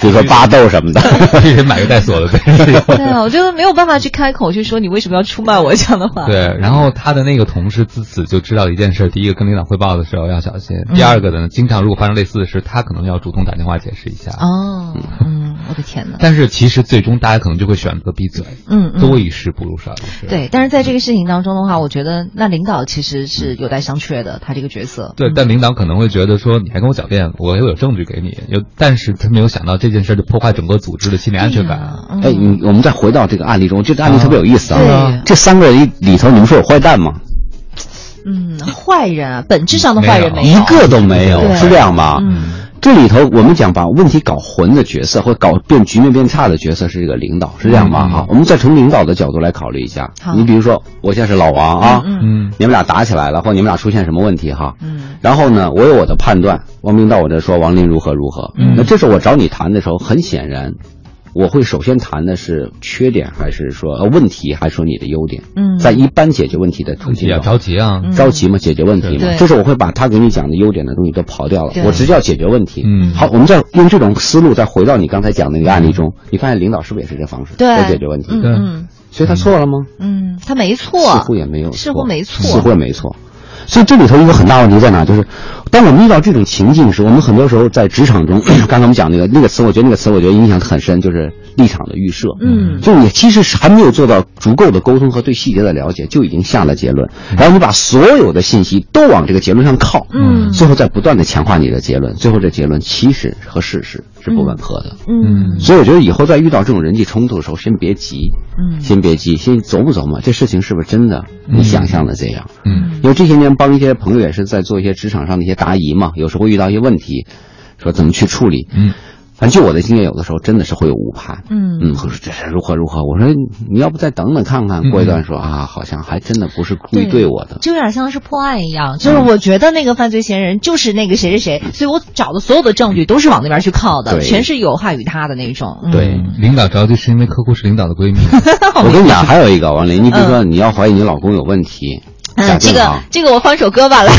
[SPEAKER 2] 比如说巴豆什么的。
[SPEAKER 1] 嗯
[SPEAKER 3] 一人买个带锁的 对。
[SPEAKER 1] 对啊，我觉得没有办法去开口去说你为什么要出卖我这样的话。，
[SPEAKER 3] 对，然后他的那个同事自此就知道一件事：第一个跟领导汇报的时候要
[SPEAKER 1] 嗯
[SPEAKER 3] 小心；第二个呢，经常如果发生类似的事，他可能要主动打电话解释一下。
[SPEAKER 1] 哦，嗯，我的天哪！
[SPEAKER 3] 但是其实最终大家可能就会选择闭嘴，
[SPEAKER 1] 嗯嗯，
[SPEAKER 3] 多一事不如少一事。
[SPEAKER 1] 对，但是在这个事情当中的话，我觉得那领导其实是有待商榷的，他这个角色。
[SPEAKER 3] 对，但领导可能会觉得说，你还跟我狡辩，我又有证据给你。有，但是他没有想到这件事就破坏整个组织的心理安全感。
[SPEAKER 1] 嗯
[SPEAKER 2] 哎，你我们再回到这个案例中，我觉得案例特别有意思
[SPEAKER 1] 啊对
[SPEAKER 2] 这三个人里头，你们说有坏蛋吗？
[SPEAKER 1] 嗯，坏人啊，本质上的坏人
[SPEAKER 3] 没
[SPEAKER 1] 有
[SPEAKER 2] 一个都没有，
[SPEAKER 1] 对
[SPEAKER 2] 是这样吧？
[SPEAKER 1] 嗯
[SPEAKER 2] 这里头我们讲把问题搞混的角色，或搞变局面变差的角色是这个领导，是这样吧？
[SPEAKER 3] 嗯
[SPEAKER 2] 啊，我们再从领导的角度来考虑一下
[SPEAKER 1] 好。
[SPEAKER 2] 你比如说，我现在是老王啊，
[SPEAKER 1] 嗯
[SPEAKER 3] 嗯
[SPEAKER 2] 你们俩打起来了，或你们俩出现什么问题哈？
[SPEAKER 1] 嗯
[SPEAKER 2] 然后呢，我有我的判断，王明到我这说王林如何如何。
[SPEAKER 3] 嗯
[SPEAKER 2] 那这时候我找你谈的时候，很显然，我会首先谈的是缺点，还是说呃问题，还是说你的优点？
[SPEAKER 1] 嗯，
[SPEAKER 2] 在一般解决问题的途
[SPEAKER 3] 比
[SPEAKER 2] 径
[SPEAKER 3] 较
[SPEAKER 2] 中，
[SPEAKER 3] 着急啊。
[SPEAKER 1] 嗯
[SPEAKER 2] 着急嘛，解决问题嘛
[SPEAKER 1] 对，
[SPEAKER 2] 这是我会把他给你讲的优点的东西都刨掉了
[SPEAKER 1] 对，
[SPEAKER 2] 我只要解决问题。
[SPEAKER 3] 嗯
[SPEAKER 2] 好，我们再用这种思路再回到你刚才讲的那个案例中，你发现领导是不是也是这方式
[SPEAKER 1] 对
[SPEAKER 2] 在解决问题？
[SPEAKER 1] 嗯
[SPEAKER 3] 对
[SPEAKER 1] 嗯
[SPEAKER 2] 所以他错了吗？
[SPEAKER 1] 嗯，他没错，
[SPEAKER 2] 似乎也没有错，
[SPEAKER 1] 似乎没错
[SPEAKER 2] 似乎也没错。所以这里头一个很大问题在哪？就是当我们遇到这种情境时，我们很多时候在职场中， 刚才我们讲那个那个词，我觉得那个词我觉得影响很深，就是立场的预设。
[SPEAKER 1] 嗯
[SPEAKER 2] 就你其实是还没有做到足够的沟通和对细节的了解，就已经下了结论，然后你把所有的信息都往这个结论上靠，
[SPEAKER 1] 嗯
[SPEAKER 2] 最后再不断的强化你的结论，最后这结论其实和事实是不吻合的。
[SPEAKER 1] 嗯
[SPEAKER 2] 所以我觉得以后在遇到这种人际冲突的时候，先别急，
[SPEAKER 1] 嗯
[SPEAKER 2] 先别急，先琢磨琢磨这事情是不是真的你想象的这样。
[SPEAKER 3] 嗯
[SPEAKER 2] 因为这些年帮一些朋友也是在做一些职场上的一些答疑嘛，有时候会遇到一些问题，说怎么去处理。
[SPEAKER 3] 嗯，
[SPEAKER 2] 反正就我的经验，有的时候真的是会有误判。
[SPEAKER 1] 嗯
[SPEAKER 2] 嗯，会说这是如何如何？我说你要不再等等看看，
[SPEAKER 3] 嗯
[SPEAKER 2] 过一段说啊，好像还真的不是故意
[SPEAKER 1] 对
[SPEAKER 2] 对我的。
[SPEAKER 1] 就有点像是破案一
[SPEAKER 2] 嗯
[SPEAKER 1] 样，就是我觉得那个犯罪嫌疑人就是那个谁谁谁，所以我找的所有的证据都是往那边去靠的，
[SPEAKER 2] 对
[SPEAKER 1] 全是有害于他的那种。嗯
[SPEAKER 2] 对
[SPEAKER 3] 嗯领导着急是因为客户是领导的闺蜜。
[SPEAKER 2] 我跟你讲，还有一个王林，你比如说你要怀疑你老公有问题，假
[SPEAKER 1] 嗯，这
[SPEAKER 2] 定
[SPEAKER 1] 个
[SPEAKER 2] 啊，
[SPEAKER 1] 这个我放首歌 吧来。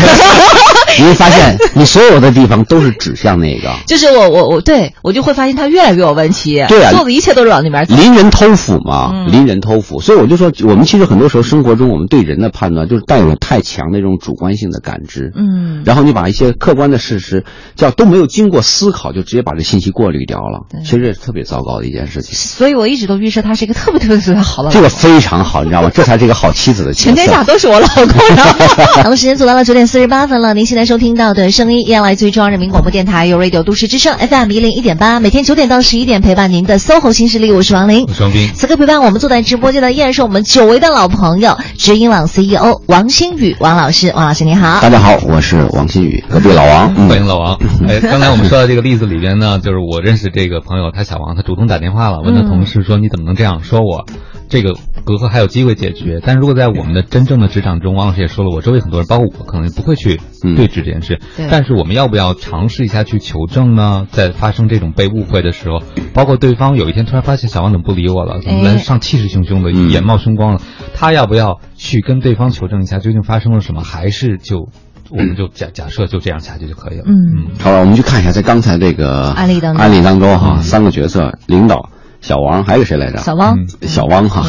[SPEAKER 2] 你会发 现你所有的地方都是指向那个。
[SPEAKER 1] 就是我我我对我就会发现他越来越有问题，
[SPEAKER 2] 对啊
[SPEAKER 1] 做的一切都是往那边走。
[SPEAKER 2] 邻人偷斧嘛，
[SPEAKER 1] 嗯
[SPEAKER 2] 邻人偷斧，所以我就说，我们其实很多时候生活中，我们对人的判断就是带有太强的这种主观性的感知，
[SPEAKER 1] 嗯，
[SPEAKER 2] 然后你把一些客观的事实叫都没有经过思考，就直接把这信息过滤掉了
[SPEAKER 1] 对，
[SPEAKER 2] 其实这是特别糟糕的一件事情。
[SPEAKER 1] 所以我一直都预设他是一个特别特别特别好的老
[SPEAKER 2] 这
[SPEAKER 1] 公。
[SPEAKER 2] 个非常好，你知道吗？这才是一个好妻子的角色。
[SPEAKER 1] 全天下都是我老公，然后 好了，时间走到了九点四十八分了。您现在收听到的声音依，E 然来自于中央人民广播电台由 Radio 都市之声 FM 一零一点八，每天九点到十一点陪伴您的 SOHO 新势力，我是王琳
[SPEAKER 3] 我。双斌，
[SPEAKER 1] 此刻陪伴我们坐在直播间的依然是我们久违的老朋友，知音网 CEO 王新宇，王老师，王老师你好。
[SPEAKER 2] 大家好，我是王新宇，隔壁老王。
[SPEAKER 3] 欢
[SPEAKER 2] 嗯，
[SPEAKER 3] 迎老 王。哎，刚才我们说到这个例子里边呢，就是我认识这个朋友，他小王，他主动打电话了，问他
[SPEAKER 2] 嗯
[SPEAKER 3] 同事说：“你怎么能这样说我？”这个隔阂还有机会解决，但如果在我们的真正的职场中，王老师也说了，我周围很多人，包括我，可能不会去
[SPEAKER 2] 嗯
[SPEAKER 3] 对峙这件事。
[SPEAKER 1] 对
[SPEAKER 3] 但是我们要不要尝试一下去求证呢？在发生这种被误会的时候，包括对方有一天突然发现小王怎么不理我了，怎么
[SPEAKER 2] 哎
[SPEAKER 3] 来上气势汹汹的，
[SPEAKER 2] 嗯
[SPEAKER 3] 眼冒凶光了，他要不要去跟对方求证一下究竟发生了什么？还是就我们就假假设就这样下去就可以了？
[SPEAKER 1] 嗯
[SPEAKER 2] 好了，我们去看一下，在刚才这个
[SPEAKER 1] 案例当中嗯
[SPEAKER 2] 案例当中哈，三个角色，领导、小王，还有谁来着？
[SPEAKER 1] 小嗯汪，
[SPEAKER 2] 小汪哈。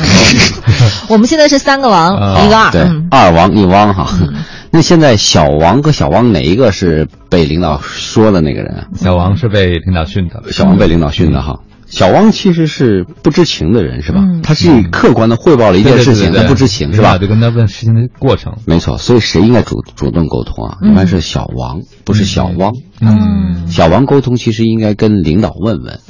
[SPEAKER 1] 我们现在是三个王，
[SPEAKER 3] 啊嗯
[SPEAKER 1] 一个二，
[SPEAKER 2] 对，
[SPEAKER 1] 嗯
[SPEAKER 2] 二王一汪哈。 那现在小王和小汪哪一个是被领导说的那个人啊？
[SPEAKER 3] 小王是被领导训的，
[SPEAKER 2] 小王被领导训的
[SPEAKER 3] 嗯
[SPEAKER 2] 哈。小汪其实是不知情的人是吧？
[SPEAKER 1] 嗯
[SPEAKER 2] 他是以客观的汇报了一件事情，
[SPEAKER 3] 对
[SPEAKER 2] 他不知情是吧
[SPEAKER 3] 就？跟他问事情的过程。
[SPEAKER 2] 没错，所以谁应该主主动沟通啊？
[SPEAKER 1] 嗯
[SPEAKER 2] 应该是小王，不是小汪。
[SPEAKER 1] 嗯
[SPEAKER 2] 小王沟通其实应该跟领导问问，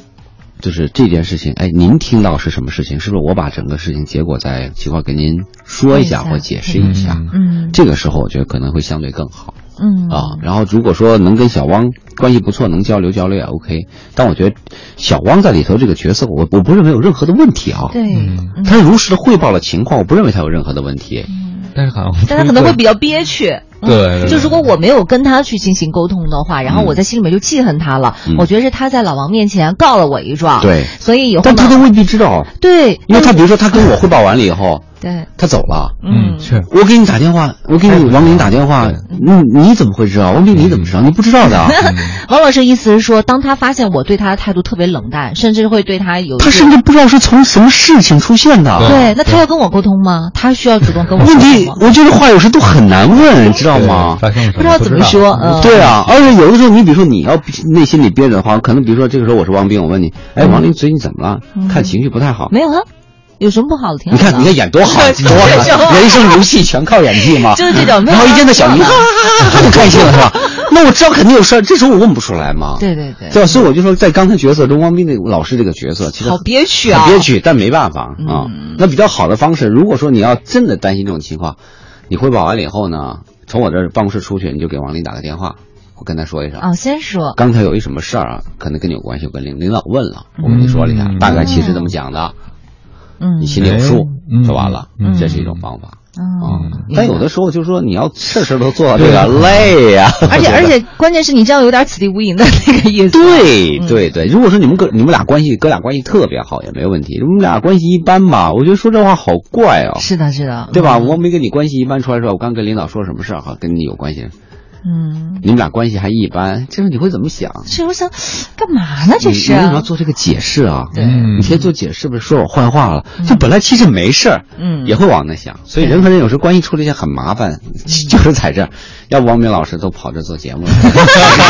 [SPEAKER 2] 就是这件事情，哎，您听到是什么事情？是不是我把整个事情结果再情况给您说一下
[SPEAKER 1] 问一下
[SPEAKER 2] 或解释一下？
[SPEAKER 3] 嗯
[SPEAKER 1] 嗯
[SPEAKER 2] 这个时候我觉得可能会相对更好。
[SPEAKER 1] 嗯
[SPEAKER 2] 啊，然后如果说能跟小汪关系不错，能交流交流也 OK。但我觉得小汪在里头这个角色，我我不认为有任何的问题啊。
[SPEAKER 1] 对，
[SPEAKER 3] 嗯
[SPEAKER 2] 他如实的汇报了情况，我不认为他有任何的问题。
[SPEAKER 3] 但是好像
[SPEAKER 1] 但他可能会比较憋屈。嗯
[SPEAKER 3] 对对对
[SPEAKER 1] 就如果我没有跟他去进行沟通的话，然后
[SPEAKER 2] 嗯
[SPEAKER 1] 我在心里面就记恨他了。
[SPEAKER 2] 嗯
[SPEAKER 1] 我觉得是他在老王面前告了我一状，
[SPEAKER 2] 对
[SPEAKER 1] 所以以后
[SPEAKER 2] 但他
[SPEAKER 1] 呢
[SPEAKER 2] 都未必知道，啊
[SPEAKER 1] 对，
[SPEAKER 2] 因为他
[SPEAKER 1] 嗯
[SPEAKER 2] 比如说他跟我汇报完了以后，
[SPEAKER 1] 对，
[SPEAKER 2] 他走了，
[SPEAKER 3] 嗯是
[SPEAKER 2] 我给你打电话，我给你王林打电话，那你怎么会知道？王斌你怎么知道？你不知道的 啊。
[SPEAKER 1] 王老师意思是说，当他发现我对他的态度特别冷淡，甚至会对他有一
[SPEAKER 2] 他
[SPEAKER 1] 些
[SPEAKER 2] 甚至嗯不知道是从什么事情出现的。
[SPEAKER 3] 对
[SPEAKER 1] 对，那他要跟我沟通吗？他需要主动跟我沟
[SPEAKER 2] 问
[SPEAKER 1] 通
[SPEAKER 2] 题
[SPEAKER 1] 吗？
[SPEAKER 2] 我觉得话有时都很难问，知道吗？
[SPEAKER 3] 发生了什么？
[SPEAKER 1] 不知道怎么说，嗯，
[SPEAKER 2] 对啊，而且有的时候，你比如说你要内心里憋着的话，可能比如说这个时候我是王斌，我问你，哎，王林最近怎么了？看情绪不太好。
[SPEAKER 1] 嗯没有啊，有什么不好的？挺
[SPEAKER 2] 你
[SPEAKER 1] 好的啊。
[SPEAKER 2] 看，你看演多好，
[SPEAKER 1] 对
[SPEAKER 2] 多
[SPEAKER 1] 就是这种
[SPEAKER 2] 好，人生如戏，全靠演技嘛。
[SPEAKER 1] 就是这种没有啊
[SPEAKER 2] 然后一见到 小姨，哈哈哈哈，很开心了是吧？那我知道肯定有事儿，这时候我问不出来嘛。
[SPEAKER 1] 对对对，
[SPEAKER 2] 对吧？所以我就说，在刚才角色中，汪斌那个老师这个角色，其实
[SPEAKER 1] 好憋屈啊嗯
[SPEAKER 2] 很憋屈，但没办法啊。那比较好的方式，如果说你要真的担心这种情况，你汇报完了以后呢，从我这儿办公室出去，你就给王林打个电话，我跟他说一声。
[SPEAKER 1] 啊，先说，
[SPEAKER 2] 刚才有一什么事儿啊，可能跟你有关系，我跟领领导问了，我跟你说了一下，
[SPEAKER 3] 嗯
[SPEAKER 2] 大概其实怎么讲的，
[SPEAKER 1] 嗯
[SPEAKER 2] 你，心里有数
[SPEAKER 3] 嗯，
[SPEAKER 2] 就完了，
[SPEAKER 3] 嗯
[SPEAKER 2] 这是一种方法。
[SPEAKER 1] 哦
[SPEAKER 2] 但有的时候就是说，你要事儿事儿都做到这个累呀、
[SPEAKER 1] 而且而且，关键是你这样有点此地无银的那个意思。
[SPEAKER 2] 对
[SPEAKER 1] 嗯
[SPEAKER 2] 对对，如果说你们哥你们俩关系哥俩关系特别好也没问题，你们俩关系一般吧，我觉得说这话好怪哦，
[SPEAKER 1] 是的，是的，
[SPEAKER 2] 对吧？我没跟你关系一般出来说，我刚跟领导说什么事儿哈，跟你有关系，
[SPEAKER 1] 嗯，
[SPEAKER 2] 你们俩关系还一般，这时候你会怎么想？
[SPEAKER 1] 是我想干嘛呢？
[SPEAKER 2] 你
[SPEAKER 1] 这
[SPEAKER 2] 你为
[SPEAKER 1] 是啊
[SPEAKER 2] 什么要做这个解释啊？
[SPEAKER 1] 对
[SPEAKER 3] 嗯
[SPEAKER 2] 你先做解释，不是说我坏话了？就本来其实没事儿，
[SPEAKER 1] 嗯
[SPEAKER 2] 也会往那想。所以人和人有时候关系处理一下很麻烦，就是在这儿。要不王明老师都跑这做节目了。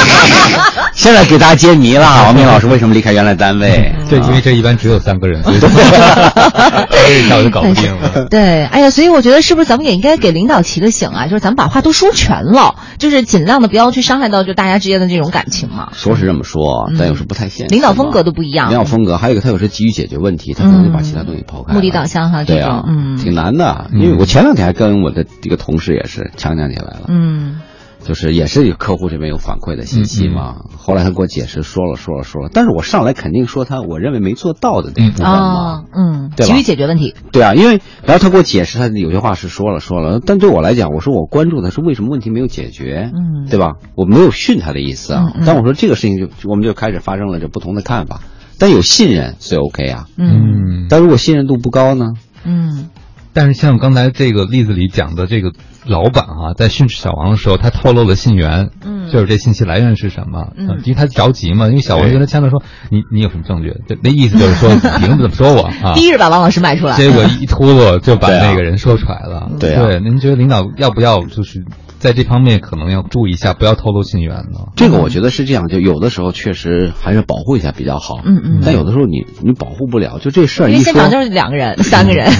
[SPEAKER 2] 现在给大家揭谜了，王明老师为什么离开原来单位？
[SPEAKER 1] 嗯
[SPEAKER 2] 啊
[SPEAKER 3] 对，因为这一般只有三个 人，所以 所以到就搞不定了。
[SPEAKER 1] 对，哎呀，所以我觉得是不是咱们也应该给领导提个醒啊？就是咱们把话都说全了，就是尽量的不要去伤害到就大家之间的这种感情嘛。
[SPEAKER 2] 说是这么说，但有时候不太现实。
[SPEAKER 1] 嗯领导风格都不一样
[SPEAKER 2] 领导风格还有一个，他有时候急于解决问题，他可能就把其他东西抛开
[SPEAKER 1] 嗯
[SPEAKER 2] 了。
[SPEAKER 1] 目的导向哈
[SPEAKER 2] 哎对啊
[SPEAKER 1] 这种，嗯
[SPEAKER 2] 挺难的。因为我前两天还跟我的一个同事也是强讲起来了，
[SPEAKER 1] 嗯
[SPEAKER 2] 就是也是有客户这边有反馈的信息嘛。
[SPEAKER 1] 嗯
[SPEAKER 2] 后来他给我解释，说了说了说了，但是我上来肯定说他我认为没做到的那部分嘛。
[SPEAKER 1] 哦嗯，
[SPEAKER 2] 对吧
[SPEAKER 1] 急于解决问题，
[SPEAKER 2] 对啊，因为然后他给我解释，他有些话是说了说了，但对我来讲，我说我关注的是为什么问题没有解决，
[SPEAKER 1] 嗯
[SPEAKER 2] 对吧？我没有训他的意思啊，
[SPEAKER 1] 嗯嗯
[SPEAKER 2] 但我说这个事情就我们就开始发生了这不同的看法，但有信任所以 OK 啊，
[SPEAKER 1] 嗯
[SPEAKER 3] 嗯，
[SPEAKER 2] 但如果信任度不高呢？
[SPEAKER 1] 嗯
[SPEAKER 3] 但是像刚才这个例子里讲的这个老板哈、在训斥小王的时候，他透露了信源，
[SPEAKER 1] 嗯
[SPEAKER 3] 就是这信息来源是什么，
[SPEAKER 1] 嗯
[SPEAKER 3] 呃因为他着急嘛，因为小王
[SPEAKER 2] 对
[SPEAKER 3] 跟他签了说你你有什么证据？这那意思就 是说你们怎么说我啊？
[SPEAKER 1] 第一日把王老师卖出来，
[SPEAKER 3] 结果一秃噜就把
[SPEAKER 2] 对啊
[SPEAKER 3] 那个人说出来了。
[SPEAKER 2] 对啊
[SPEAKER 3] 对，您觉得领导要不要就是在这方面可能要注意一下，不要透露信源呢？
[SPEAKER 2] 这
[SPEAKER 1] 嗯
[SPEAKER 2] 个我觉得是这样，就有的时候确实还是保护一下比较好，
[SPEAKER 1] 嗯嗯
[SPEAKER 2] 但有的时候你你保护不了，就这事儿
[SPEAKER 1] 因
[SPEAKER 2] 一
[SPEAKER 1] 为
[SPEAKER 2] 说
[SPEAKER 1] 现场就是两个人、三个人，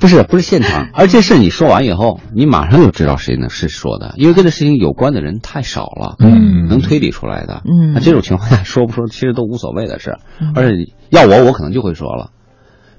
[SPEAKER 2] 不是不是现 场，而这事儿你说完以后，你马上就知道谁呢是说的，因为跟这事情有关的人太少了，
[SPEAKER 3] 嗯
[SPEAKER 2] 能推理出来的，
[SPEAKER 1] 嗯
[SPEAKER 2] 那这种情况下说不说其实都无所谓的事儿，而且要我我可能就会说了，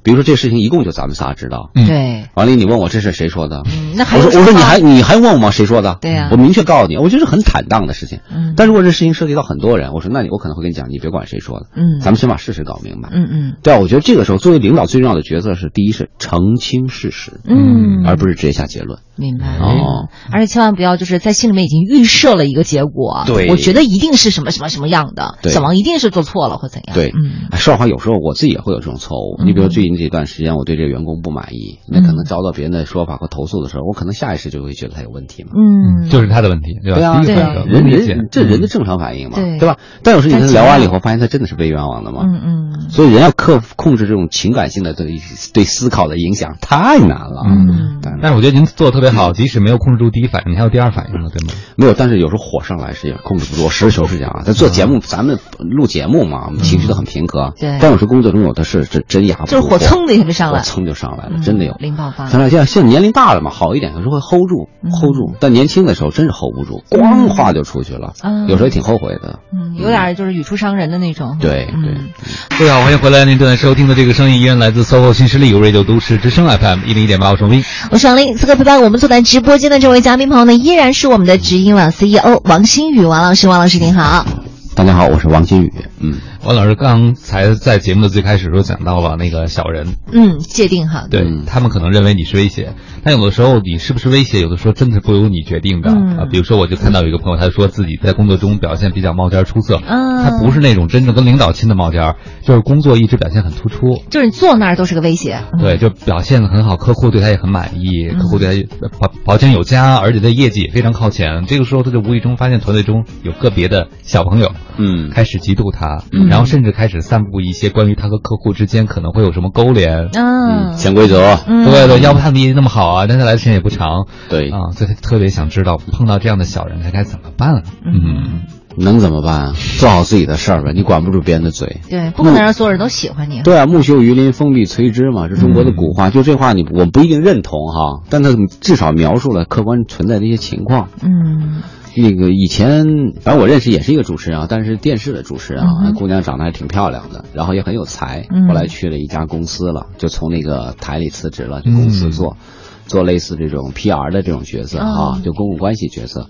[SPEAKER 2] 比如说这事情一共就咱们仨知道，
[SPEAKER 3] 嗯
[SPEAKER 1] 对，
[SPEAKER 2] 王林你问我这事儿谁说的，
[SPEAKER 1] 嗯，那还
[SPEAKER 2] 我
[SPEAKER 1] 有
[SPEAKER 2] 说我说
[SPEAKER 1] 什么
[SPEAKER 2] 你还你还问我吗？谁说的？
[SPEAKER 1] 对呀
[SPEAKER 2] 我明确告诉你，我觉得是很坦荡的事情。
[SPEAKER 1] 嗯
[SPEAKER 2] 但如果这事情涉及到很多人，我说那你我可能会跟你讲，你别管谁说的，
[SPEAKER 1] 嗯
[SPEAKER 2] 咱们先把事实搞明白。
[SPEAKER 1] 嗯嗯
[SPEAKER 2] 对啊，我觉得这个时候作为领导最重要的角色是，第一是澄清事实，
[SPEAKER 1] 嗯，
[SPEAKER 2] 而不是直接下结论。
[SPEAKER 1] 明白
[SPEAKER 2] 哦，
[SPEAKER 1] 而且千万不要就是在心里面已经预设了一个结果，
[SPEAKER 2] 对
[SPEAKER 1] 我觉得一定是什么什么什么样的，
[SPEAKER 2] 对
[SPEAKER 1] 小王一定是做错了或怎样，
[SPEAKER 2] 对，
[SPEAKER 1] 嗯
[SPEAKER 2] 哎，说实话，有时候我自己也会有这种错误。
[SPEAKER 1] 嗯
[SPEAKER 2] 你比如最近这段时间，我对这个员工不满意，那可能遭到别人的说法和投诉的时候，我可能下意识就会觉得他有问题嘛。
[SPEAKER 1] 嗯，
[SPEAKER 3] 就是他的问题，对吧？
[SPEAKER 2] 对啊，
[SPEAKER 3] 第一
[SPEAKER 1] 对
[SPEAKER 3] 个
[SPEAKER 1] 啊
[SPEAKER 3] 反应
[SPEAKER 2] 人
[SPEAKER 3] 能理解嗯
[SPEAKER 2] 人这人的正常反应嘛，
[SPEAKER 1] 对
[SPEAKER 2] 对吧？但有时候你
[SPEAKER 1] 但
[SPEAKER 2] 跟他
[SPEAKER 1] 其实
[SPEAKER 2] 聊完了以后，发现他真的是被冤枉了嘛。
[SPEAKER 1] 嗯嗯
[SPEAKER 2] 所以人要克服控制这种情感性的对对思考的影响太难了。
[SPEAKER 3] 嗯
[SPEAKER 2] 当然
[SPEAKER 3] 但是我觉得您做的特别好，即使没有控制住第一反应，你还有第二反应了，对吗？
[SPEAKER 2] 没有，但是有时候火上来是也控制不住。我实事求是讲啊，在做
[SPEAKER 1] 嗯
[SPEAKER 2] 节目，咱们录节目嘛，我们情绪都很平和。
[SPEAKER 1] 对
[SPEAKER 2] 但有时候工作中有的是真真压不住，
[SPEAKER 1] 就是火蹭的一下就上来
[SPEAKER 2] 火蹭就上来了，
[SPEAKER 1] 嗯
[SPEAKER 2] 真的有。
[SPEAKER 1] 零爆发
[SPEAKER 2] 咱俩现在现在年龄大了嘛，好一点，有时候会 hold 住
[SPEAKER 1] 嗯
[SPEAKER 2] ，hold 住。但年轻的时候真是 hold 不住，咣话就出去了
[SPEAKER 1] 嗯，
[SPEAKER 2] 有时候也挺后悔的。
[SPEAKER 1] 嗯，有点就是语出伤人的那种，
[SPEAKER 2] 对对
[SPEAKER 1] 嗯。
[SPEAKER 3] 各位好，欢迎回来。您正在收听的这个声音依然来自 SOHO 新势力 Radio 都市之声 FM 一零一点八，我是冰。
[SPEAKER 1] 我是王琳。此刻陪伴我们坐在直播间的这位嘉宾朋友呢，依然是我 E 们的直音网 CEO 王新宇，王老师，王老师您好。
[SPEAKER 2] 大家好，我是王金宇。嗯，
[SPEAKER 3] 王老师刚才在节目的最开始时候讲到了那个小人，
[SPEAKER 1] 嗯，界定哈，
[SPEAKER 3] 对、
[SPEAKER 2] 嗯
[SPEAKER 3] 他们可能认为你是威胁，但有的时候你是不是威胁，有的时候真的不由你决定的、
[SPEAKER 1] 嗯
[SPEAKER 3] 啊。比如说，我就看到有一个朋友，他说自己在工作中表现比较冒尖儿出色，
[SPEAKER 1] 啊
[SPEAKER 3] 他不是那种真正跟领导亲的冒尖儿，就是工作一直表现很突出。
[SPEAKER 1] 就是你坐那儿都是个威胁。嗯
[SPEAKER 3] 对，就表现的很好，客户对他也很满意，客户对他也保保证有加，而且他业绩也非常靠前。这个时候，他就无意中发现团队中有个别的小朋友，
[SPEAKER 2] 嗯
[SPEAKER 3] 开始嫉妒他，
[SPEAKER 1] 嗯
[SPEAKER 3] 然后甚至开始散布一些关于他和客户之间可能会有什么勾连。
[SPEAKER 1] 啊，
[SPEAKER 2] 潜规则，
[SPEAKER 1] 嗯
[SPEAKER 3] 对对，要不他们业绩那么好啊，但他来的时间也不长
[SPEAKER 2] 对，
[SPEAKER 3] 啊，所以他特别想知道碰到这样的小人，他该怎么办啊？嗯，
[SPEAKER 2] 能怎么办啊？做好自己的事儿呗，你管不住别人的嘴。
[SPEAKER 1] 对，不可能让所有人都喜欢你。
[SPEAKER 2] 对啊，木秀于林，风必垂之嘛，这中国的古话。就这话你，我不一定认同哈，但它至少描述了客观存在的一些情况。
[SPEAKER 1] 嗯
[SPEAKER 2] 那个以前，反正我认识也是一个主持人啊，但是电视的主持人啊，那姑娘长得还挺漂亮的，然后也很有才
[SPEAKER 1] 嗯。
[SPEAKER 2] 后来去了一家公司了，就从那个台里辞职了，去公司做，做类似这种 PR 的这种角色啊
[SPEAKER 1] 哦，
[SPEAKER 2] 就公共关系角色。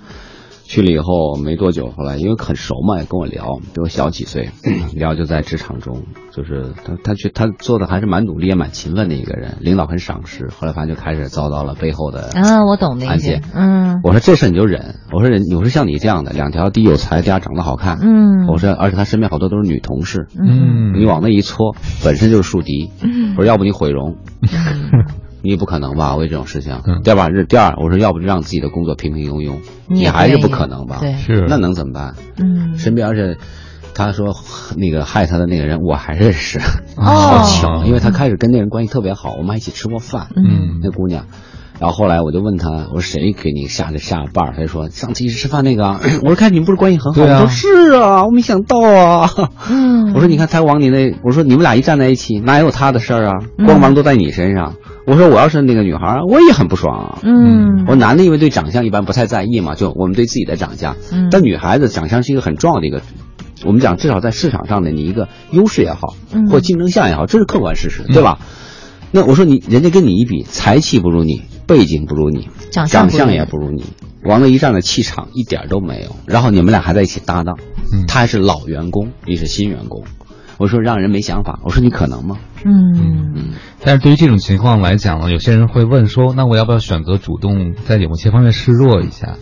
[SPEAKER 2] 去了以后没多久，后来因为很熟嘛，也跟我聊，比我小几岁， 聊就在职场中，就是他他去他做的还是蛮努力也蛮勤奋的一个人，领导很赏识，后来反正就开始遭到了背后的
[SPEAKER 1] 啊，我懂那
[SPEAKER 2] 案
[SPEAKER 1] 些
[SPEAKER 2] 件。
[SPEAKER 1] 嗯
[SPEAKER 2] 我说这事儿你就忍，我说人，我说像你这样的，两条第一有才，第二长得好看，
[SPEAKER 1] 嗯
[SPEAKER 2] 我说而且他身边好多都是女同事，
[SPEAKER 3] 嗯
[SPEAKER 2] 你往那一搓，本身就是树敌，
[SPEAKER 1] 嗯
[SPEAKER 2] 我说要不你毁容， 你也不可能吧，为这种事情
[SPEAKER 3] 嗯，
[SPEAKER 2] 第二吧，是第二，我说要不让自己的工作平平庸庸，
[SPEAKER 1] 你也
[SPEAKER 2] 你还是
[SPEAKER 1] 不
[SPEAKER 2] 不
[SPEAKER 1] 愿意
[SPEAKER 2] 可能吧，
[SPEAKER 1] 对
[SPEAKER 3] 是
[SPEAKER 2] 那能怎么办？
[SPEAKER 1] 嗯，
[SPEAKER 2] 身边而且。他说：“那个害他的那个人，我还认识，
[SPEAKER 1] 哦
[SPEAKER 2] 好巧，因为他开始跟那人关系特别好，我们还一起吃过饭。
[SPEAKER 3] 嗯
[SPEAKER 2] 那姑娘。然后后来我就问她，我说谁给你下的下绊儿？她就说上次一起吃饭那个啊。 我说看你们不是关系很好，
[SPEAKER 3] 对啊
[SPEAKER 2] 我说是啊，我没想到啊。
[SPEAKER 1] 嗯
[SPEAKER 2] 我说你看他往你那，我说你们俩一站在一起，哪有他的事儿啊？
[SPEAKER 1] 嗯
[SPEAKER 2] 光芒都在你身上。我说我要是那个女孩儿，我也很不爽啊。
[SPEAKER 1] 嗯
[SPEAKER 2] 我说男的因为对长相一般不太在意嘛，就我们对自己的长相，
[SPEAKER 1] 嗯
[SPEAKER 2] 但女孩子长相是一个很重要的一个，我们讲至少在市场上的你一个优势也好，
[SPEAKER 1] 嗯
[SPEAKER 2] 或竞争项也好，这是客观事实，对吧？那我说你人家跟你一比，才气不如你，背景不如你，
[SPEAKER 1] 长相
[SPEAKER 2] 长
[SPEAKER 1] 不如你
[SPEAKER 2] 也不如你，往那一站的气场一点都没有，然后你们俩还在一起搭档，
[SPEAKER 3] 嗯
[SPEAKER 2] 他还是老员工，你是新员工，我说让人没想法，我说你可能吗？
[SPEAKER 1] 嗯
[SPEAKER 3] 但是对于这种情况来讲呢，有些人会问说，那我要不要选择主动在某些方面示弱一下，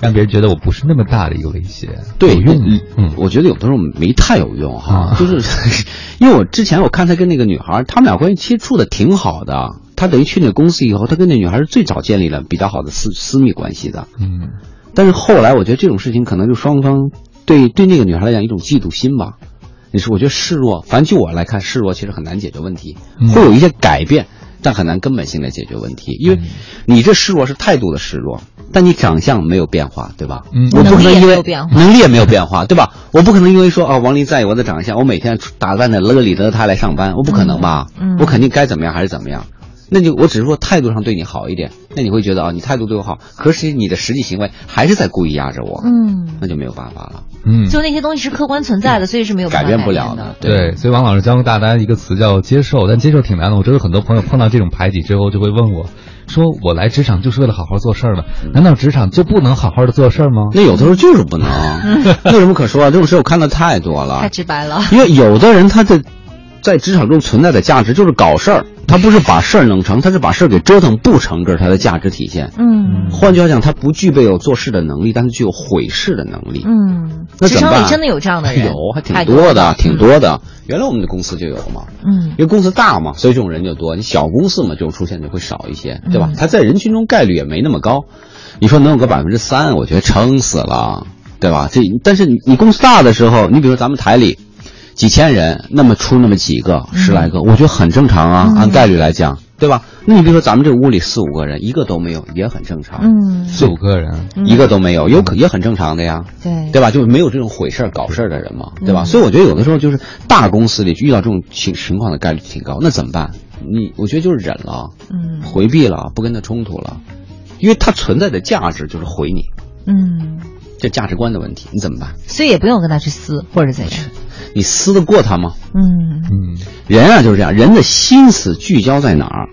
[SPEAKER 3] 让别人觉得我不是那么大的一个威胁？
[SPEAKER 2] 对，
[SPEAKER 3] 有用吗
[SPEAKER 2] 嗯，
[SPEAKER 3] 嗯，
[SPEAKER 2] 我觉得有的时候没太有用哈，
[SPEAKER 3] 啊
[SPEAKER 2] 就是 因为我之前我看他跟那个女孩儿，他们俩关系其实处的挺好的。他等于去那公司以后，他跟那女孩儿是最早建立了比较好的私私密关系的。
[SPEAKER 3] 嗯
[SPEAKER 2] 但是后来，我觉得这种事情可能就双方对对那个女孩来讲一种嫉妒心吧。你说，我觉得示弱，反正就我来看，示弱其实很难解决问题，会有一些改变，但很难根本性的解决问题。因为你这示弱是态度的示弱，但你长相没有变化，对吧？
[SPEAKER 3] 嗯
[SPEAKER 2] 我不
[SPEAKER 1] 能
[SPEAKER 2] 可
[SPEAKER 1] 力
[SPEAKER 2] 能
[SPEAKER 1] 也
[SPEAKER 2] 因
[SPEAKER 1] 没
[SPEAKER 2] 为
[SPEAKER 1] 有变化
[SPEAKER 2] 能力也没有变化，对吧？我不可能因为说啊，王林在意我的长相，我每天打扮的勒里勒他来上班，我不可能吧？
[SPEAKER 1] 嗯嗯
[SPEAKER 2] 我肯定该怎么样还是怎么样。那就我只是说态度上对你好一点，那你会觉得啊，你态度对我好，可是你的实际行为还是在故意压着我，
[SPEAKER 1] 嗯，
[SPEAKER 2] 那就没有办法了，
[SPEAKER 3] 嗯，
[SPEAKER 1] 就那些东西是客观存在的，所以是没有办
[SPEAKER 2] 嗯改
[SPEAKER 1] 法
[SPEAKER 2] 变不了
[SPEAKER 1] 变的。。
[SPEAKER 3] 对，所以王老师教大家一个词叫接受，但接受挺难的。我知道很多朋友碰到这种排挤之后，就会问我，说我来职场就是为了好好做事儿的，难道职场就不能好好的做事儿吗？
[SPEAKER 2] 那有的时候就 是不能，那有什么可说啊？这种事我看的太多了，
[SPEAKER 1] 太直白 了。
[SPEAKER 2] 因为有的人他的在职场中存在的价值就是搞事儿，他不是把事儿弄成，他是把事儿给折腾不成，这是他的价值体现。
[SPEAKER 1] 嗯
[SPEAKER 2] 换句话讲，他不具备有做事的能力，但是具有毁事的能力。
[SPEAKER 1] 嗯，
[SPEAKER 2] 那
[SPEAKER 1] 职
[SPEAKER 2] 怎
[SPEAKER 1] 场
[SPEAKER 2] 么办？
[SPEAKER 1] 里真的有这样的人，
[SPEAKER 2] 有还挺
[SPEAKER 1] 太
[SPEAKER 2] 多的
[SPEAKER 1] 了，
[SPEAKER 2] 挺。多的。原来我们的公司就有嘛，
[SPEAKER 1] 嗯
[SPEAKER 2] 因为公司大嘛，所以这种人就多。你小公司嘛，这种出现就会少一些，对吧
[SPEAKER 1] 嗯？
[SPEAKER 2] 他在人群中概率也没那么高。你说能有个百分之三，我觉得撑死了，对吧？这但是你你公司大的时候，你比如咱们台里几千人，那么出那么几个
[SPEAKER 1] 嗯
[SPEAKER 2] 十来个，我觉得很正常啊，按概率来讲，对吧？那你比如说咱们这屋里四五个人，一个都没有，也很正常。
[SPEAKER 1] 嗯，
[SPEAKER 3] 四五个人，
[SPEAKER 1] 嗯
[SPEAKER 2] 一个都没有，有可也很正常的呀。
[SPEAKER 1] 对
[SPEAKER 2] 对吧？就是没有这种毁事儿、搞事儿的人嘛，对吧？
[SPEAKER 1] 嗯
[SPEAKER 2] 所以我觉得有的时候就是大公司里遇到这种情情况的概率挺高，那怎么办？你我觉得就是忍了，
[SPEAKER 1] 嗯
[SPEAKER 2] 回避了，不跟他冲突了，因为他存在的价值就是毁你，
[SPEAKER 1] 嗯，
[SPEAKER 2] 这价值观的问题，你怎么办？
[SPEAKER 1] 所以也不用跟他去撕或者怎样。
[SPEAKER 2] 你撕得过他吗？
[SPEAKER 1] 嗯
[SPEAKER 3] 嗯
[SPEAKER 2] 人啊就是这样，人的心思聚焦在哪儿，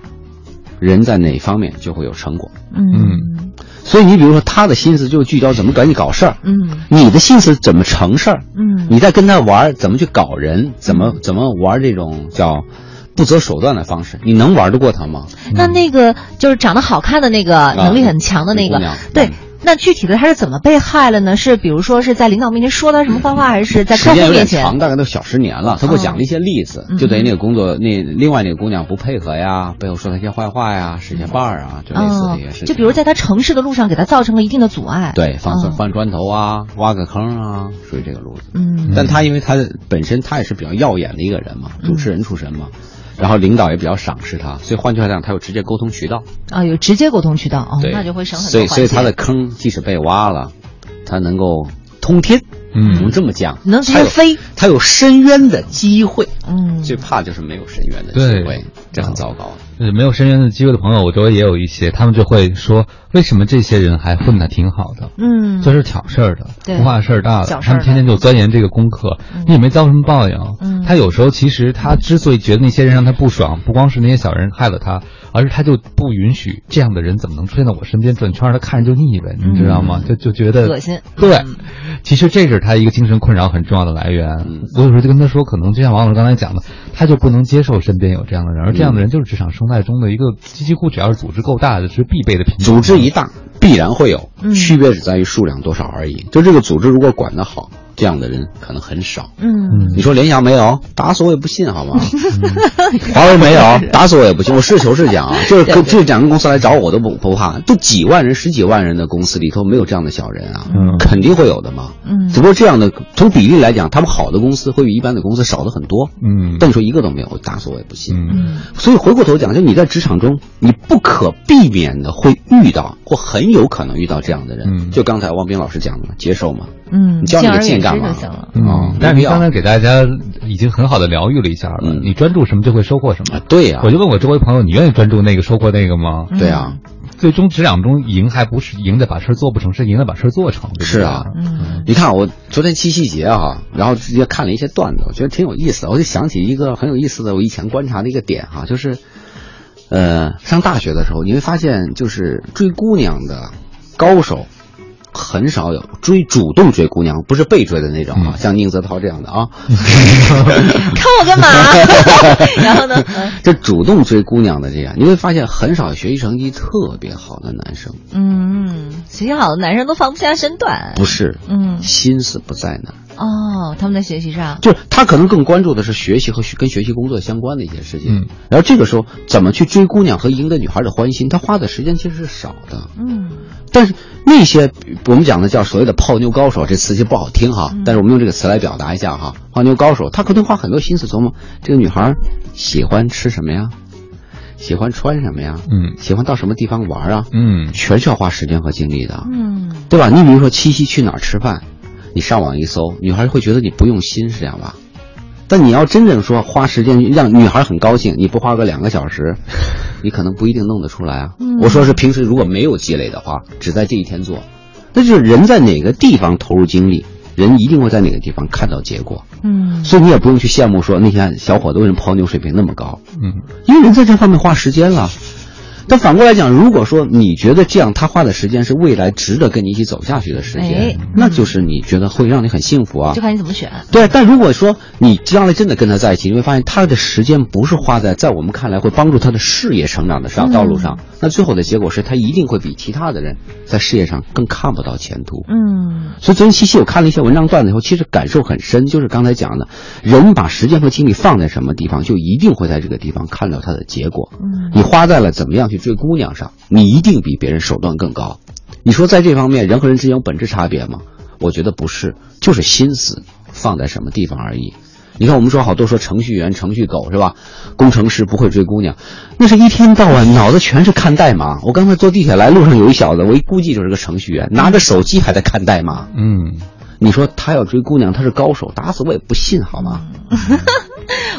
[SPEAKER 2] 人在哪方面就会有成果。
[SPEAKER 1] 嗯
[SPEAKER 2] 所以你比如说他的心思就聚焦怎么赶紧搞事儿，
[SPEAKER 1] 嗯
[SPEAKER 2] 你的心思怎么成事儿，
[SPEAKER 1] 嗯
[SPEAKER 2] 你在跟他玩儿怎么去搞人，怎么怎么玩儿这种叫不择手段的方式，你能玩得过他吗？
[SPEAKER 1] 那那个就是长得好看的那个，能力很强的那
[SPEAKER 2] 那
[SPEAKER 1] 个
[SPEAKER 2] 啊姑娘，
[SPEAKER 1] 对
[SPEAKER 2] 嗯。
[SPEAKER 1] 那具体的他是怎么被害了呢？是比如说是在领导面前说他什么坏话，还是在
[SPEAKER 2] 时
[SPEAKER 1] 客
[SPEAKER 2] 间
[SPEAKER 1] 户
[SPEAKER 2] 有点
[SPEAKER 1] 面前？
[SPEAKER 2] 长，大概都小十年了。他给我讲了一些例子，
[SPEAKER 1] 嗯
[SPEAKER 2] 就等于那个工作，那另外那个姑娘不配合呀，背后说她一些坏话呀，使一些绊儿啊，就类似
[SPEAKER 1] 哦
[SPEAKER 2] 这些事情。
[SPEAKER 1] 嗯就比如在他城市的路上给他造成了一定的阻碍。
[SPEAKER 2] 对放
[SPEAKER 1] 嗯
[SPEAKER 2] 放砖头啊，挖个坑啊，属于这个路子。
[SPEAKER 1] 嗯
[SPEAKER 2] 但他因为他本身他也是比较耀眼的一个人嘛，主持人出身嘛，然后领导也比较赏识他，所以换句话讲，他有直接沟通渠道。
[SPEAKER 1] 啊，有直接沟通渠道哦，
[SPEAKER 2] 对，
[SPEAKER 1] 那就会省很
[SPEAKER 2] 所
[SPEAKER 1] 多
[SPEAKER 2] 以，所以
[SPEAKER 1] 环
[SPEAKER 2] 他的
[SPEAKER 1] 节。
[SPEAKER 2] 坑即使被挖了，他能够通天。
[SPEAKER 3] 嗯
[SPEAKER 2] 我们这么讲，
[SPEAKER 1] 能直接
[SPEAKER 2] 他有
[SPEAKER 1] 飞，
[SPEAKER 2] 他有深渊的机会。
[SPEAKER 1] 嗯，
[SPEAKER 2] 最怕就是没有深渊的机会
[SPEAKER 3] 对，
[SPEAKER 2] 这很糟糕。
[SPEAKER 3] 呃，没有深渊的机会的朋友，我周围也有一些，他们就会说，为什么这些人还混得挺好的？
[SPEAKER 1] 嗯，
[SPEAKER 3] 做事儿挑事儿的，
[SPEAKER 1] 对
[SPEAKER 3] 不怕事儿大的，
[SPEAKER 1] 小事儿
[SPEAKER 3] 他们天天就钻研这个功课，你也没遭什么报应。啊
[SPEAKER 1] 嗯
[SPEAKER 3] 他有时候其实他之所以觉得那些人让他不爽，不光是那些小人害了他，而是他就不允许这样的人怎么能出现在我身边转圈儿，他看着就腻歪，你知道吗？就就觉得
[SPEAKER 1] 嗯恶心嗯
[SPEAKER 3] 对，其实这是他一个精神困扰很重要的来源。
[SPEAKER 2] 嗯
[SPEAKER 3] 我有时候就跟他说，可能就像王老师刚才讲的，他就不能接受身边有这样的人，而这样
[SPEAKER 2] 嗯
[SPEAKER 3] 的人就是职场生态中的一个几乎只要是组织够大的是必备的品种。
[SPEAKER 2] 组织一大，必然会有
[SPEAKER 1] 嗯，
[SPEAKER 2] 区别只在于数量多少而已。就这个组织如果管得好，这样的人可能很少。
[SPEAKER 1] 嗯，
[SPEAKER 2] 你说联想没有，打死我也不信，好吗？华为没有，打死我也不信。我实事求是讲啊，就是跟这两个公司来找我，我都不不怕。都几万人、十几万人的公司里头，没有这样的小人啊，
[SPEAKER 3] 嗯
[SPEAKER 2] 肯定会有的嘛。
[SPEAKER 1] 嗯
[SPEAKER 2] 只不过这样的从比例来讲，他们好的公司会比一般的公司少的很多。
[SPEAKER 3] 嗯
[SPEAKER 2] 但你说一个都没有，我打死我也不信。
[SPEAKER 3] 嗯
[SPEAKER 1] 嗯
[SPEAKER 2] 所以回过头讲，就你在职场中，你不可避免的会遇到，或很有可能遇到这样的人。
[SPEAKER 3] 嗯
[SPEAKER 2] 就刚才汪斌老师讲的嘛，接受嘛，
[SPEAKER 1] 嗯，
[SPEAKER 2] 你教你
[SPEAKER 1] 敬
[SPEAKER 2] 个
[SPEAKER 1] 而
[SPEAKER 2] 剑
[SPEAKER 1] 远之
[SPEAKER 2] 干嘛
[SPEAKER 1] 就行了。
[SPEAKER 2] 嗯
[SPEAKER 3] 嗯，但是
[SPEAKER 2] 没必
[SPEAKER 3] 您
[SPEAKER 2] 要
[SPEAKER 3] 刚才给大家已经很好的疗愈了一下了。
[SPEAKER 2] 嗯
[SPEAKER 3] 你专注什么就会收获什
[SPEAKER 2] 啊
[SPEAKER 3] 么。？
[SPEAKER 2] 对呀、
[SPEAKER 3] 我就问我周围朋友，你愿意专注那个收获那个吗？
[SPEAKER 2] 对啊呀、
[SPEAKER 3] 最终职场中赢还不是赢的把事儿做不成，是赢的把事儿做成。对不对
[SPEAKER 2] 是啊
[SPEAKER 1] 嗯
[SPEAKER 2] 你看，我昨天七夕节哈、然后直接看了一些段子，我觉得挺有意思的，我就想起一个很有意思的，我以前观察的一个点哈、就是，呃，上大学的时候，你会发现，就是追姑娘的高手很少有追主动追姑娘，不是被追的那种啊，像宁泽涛这样的啊，嗯
[SPEAKER 1] 看我干嘛？ 然后呢？
[SPEAKER 2] 这主动追姑娘的这样，你会发现很少学习成绩特别好的男生，
[SPEAKER 1] 嗯，学习好的男生都放不下身段。
[SPEAKER 2] 不是，
[SPEAKER 1] 嗯，
[SPEAKER 2] 心思不在那儿。
[SPEAKER 1] 哦，他们在学习上，
[SPEAKER 2] 就是他可能更关注的是学习和学跟学习工作相关的一些事情。
[SPEAKER 3] 嗯
[SPEAKER 2] 然后这个时候怎么去追姑娘和赢得女孩的欢心，他花的时间其实是少的。
[SPEAKER 1] 嗯
[SPEAKER 2] 但是那些我们讲的叫所谓的泡妞高手，这词其实不好听
[SPEAKER 3] 嗯
[SPEAKER 2] 哈，但是我们用这个词来表达一下哈。泡妞高手，他可能花很多心思琢磨这个女孩喜欢吃什么呀，喜欢穿什么呀，
[SPEAKER 3] 嗯
[SPEAKER 2] 喜欢到什么地方玩啊，
[SPEAKER 3] 嗯
[SPEAKER 2] 全是要花时间和精力的。
[SPEAKER 1] 嗯
[SPEAKER 2] 对吧？你比如说七夕去哪儿吃饭，你上网一搜，女孩会觉得你不用心，是这样吧？但你要真正说花时间让女孩很高兴，你不花个两个小时，你可能不一定弄得出来啊。我说是平时如果没有积累的话，只在这一天做，那就是人在哪个地方投入精力，人一定会在哪个地方看到结果。
[SPEAKER 1] 嗯
[SPEAKER 2] 所以你也不用去羡慕说那些小伙子为什么泡妞水平那么高，
[SPEAKER 3] 嗯
[SPEAKER 2] 因为人在这方面花时间了。但反过来讲，如果说你觉得这样他花的时间是未来值得跟你一起走下去的时
[SPEAKER 1] 哎
[SPEAKER 2] 间，那就是你觉得会让你很幸福啊
[SPEAKER 1] 就。看你怎么选。
[SPEAKER 2] 对，但如果说你将来真的跟他在一起，你会发现他的时间不是花在在我们看来会帮助他的事业成长的上道
[SPEAKER 1] 嗯
[SPEAKER 2] 路上，那最后的结果是他一定会比其他的人在事业上更看不到前途。
[SPEAKER 1] 嗯
[SPEAKER 2] 所以昨天七夕我看了一些文章段子以后，其实感受很深，就是刚才讲的，人把时间和精力放在什么地方，就一定会在这个地方看到它的结果。
[SPEAKER 1] 嗯
[SPEAKER 2] 你花在了怎么样去追姑娘上，你一定比别人手段更高。你说在这方面，人和人之间有本质差别吗？我觉得不是，就是心思放在什么地方而已。你看，我们说好多说程序员、程序狗是吧？工程师不会追姑娘，那是一天到晚脑子全是看代码。我刚才坐地铁来，路上有一小子，我一估计就是个程序员，拿着手机还在看代码。
[SPEAKER 3] 嗯，
[SPEAKER 1] 嗯
[SPEAKER 2] 你说他要追姑娘，他是高手，打死我也不信，好吗？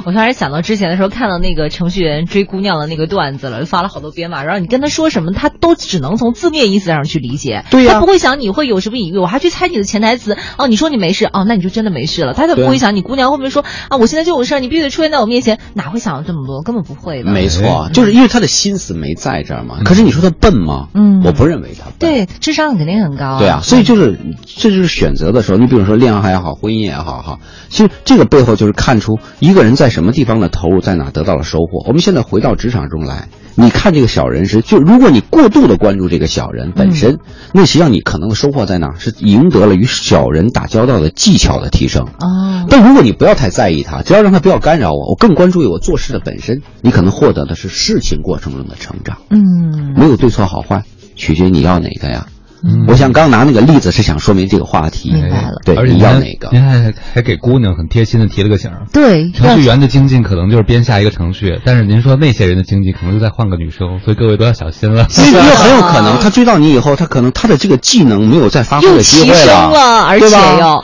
[SPEAKER 1] 我突然想到之前的时候，看到那个程序员追姑娘的那个段子了，发了好多编码，然后你跟他说什么，他都只能从字面意思上去理解，
[SPEAKER 2] 对呀
[SPEAKER 1] 他不会想你会有什么隐喻，我还去猜你的潜台词。哦，你说你没事，哦，那你就真的没事了。他就不会想你姑娘会不会说啊，我现在就有事儿，你必须得出现在我面前，哪会想到这么多？根本不会的。
[SPEAKER 2] 没错，啊嗯就是因为他的心思没在这儿嘛。可是你说他笨吗？
[SPEAKER 1] 嗯
[SPEAKER 2] 我不认为他笨。
[SPEAKER 1] 对，智商肯定很高。
[SPEAKER 2] 对啊，，所以就是这就是选择的时候，你比如说恋爱也好，婚姻也好哈，其实这个背后就是看出一个人在什么地方的投入，在哪得到了收获。我们现在回到职场中来，你看这个小人时，就如果你过度的关注这个小人本身，
[SPEAKER 1] 嗯
[SPEAKER 2] 那实际上你可能的收获在哪？是赢得了与小人打交道的技巧的提升。
[SPEAKER 1] 哦，
[SPEAKER 2] 但如果你不要太在意他，只要让他不要干扰我，我更关注于我做事的本身，你可能获得的是事情过程中的成长。
[SPEAKER 1] 嗯，嗯
[SPEAKER 2] 没有对错好坏，取决于你要哪个呀。我想刚拿那个例子是想说明这个话题，
[SPEAKER 1] 明白了
[SPEAKER 2] 嗯对，
[SPEAKER 3] 哎而且
[SPEAKER 2] 你
[SPEAKER 3] 您
[SPEAKER 2] 要
[SPEAKER 3] 还
[SPEAKER 2] 哪个？
[SPEAKER 3] 您还还给姑娘很贴心的提了个醒儿。
[SPEAKER 1] 对，
[SPEAKER 3] 程序员的精进可能就是编下一个程序，但是您说那些人的经济可能就再换个女生，所以各位都要小心 了。
[SPEAKER 2] 所以也很有可
[SPEAKER 1] 啊
[SPEAKER 2] 能，他追到你以后，他可能他的这个技能没有再发挥
[SPEAKER 1] 又
[SPEAKER 2] 的机
[SPEAKER 1] 提
[SPEAKER 2] 会
[SPEAKER 1] 升了，而且
[SPEAKER 2] 对吧
[SPEAKER 1] 又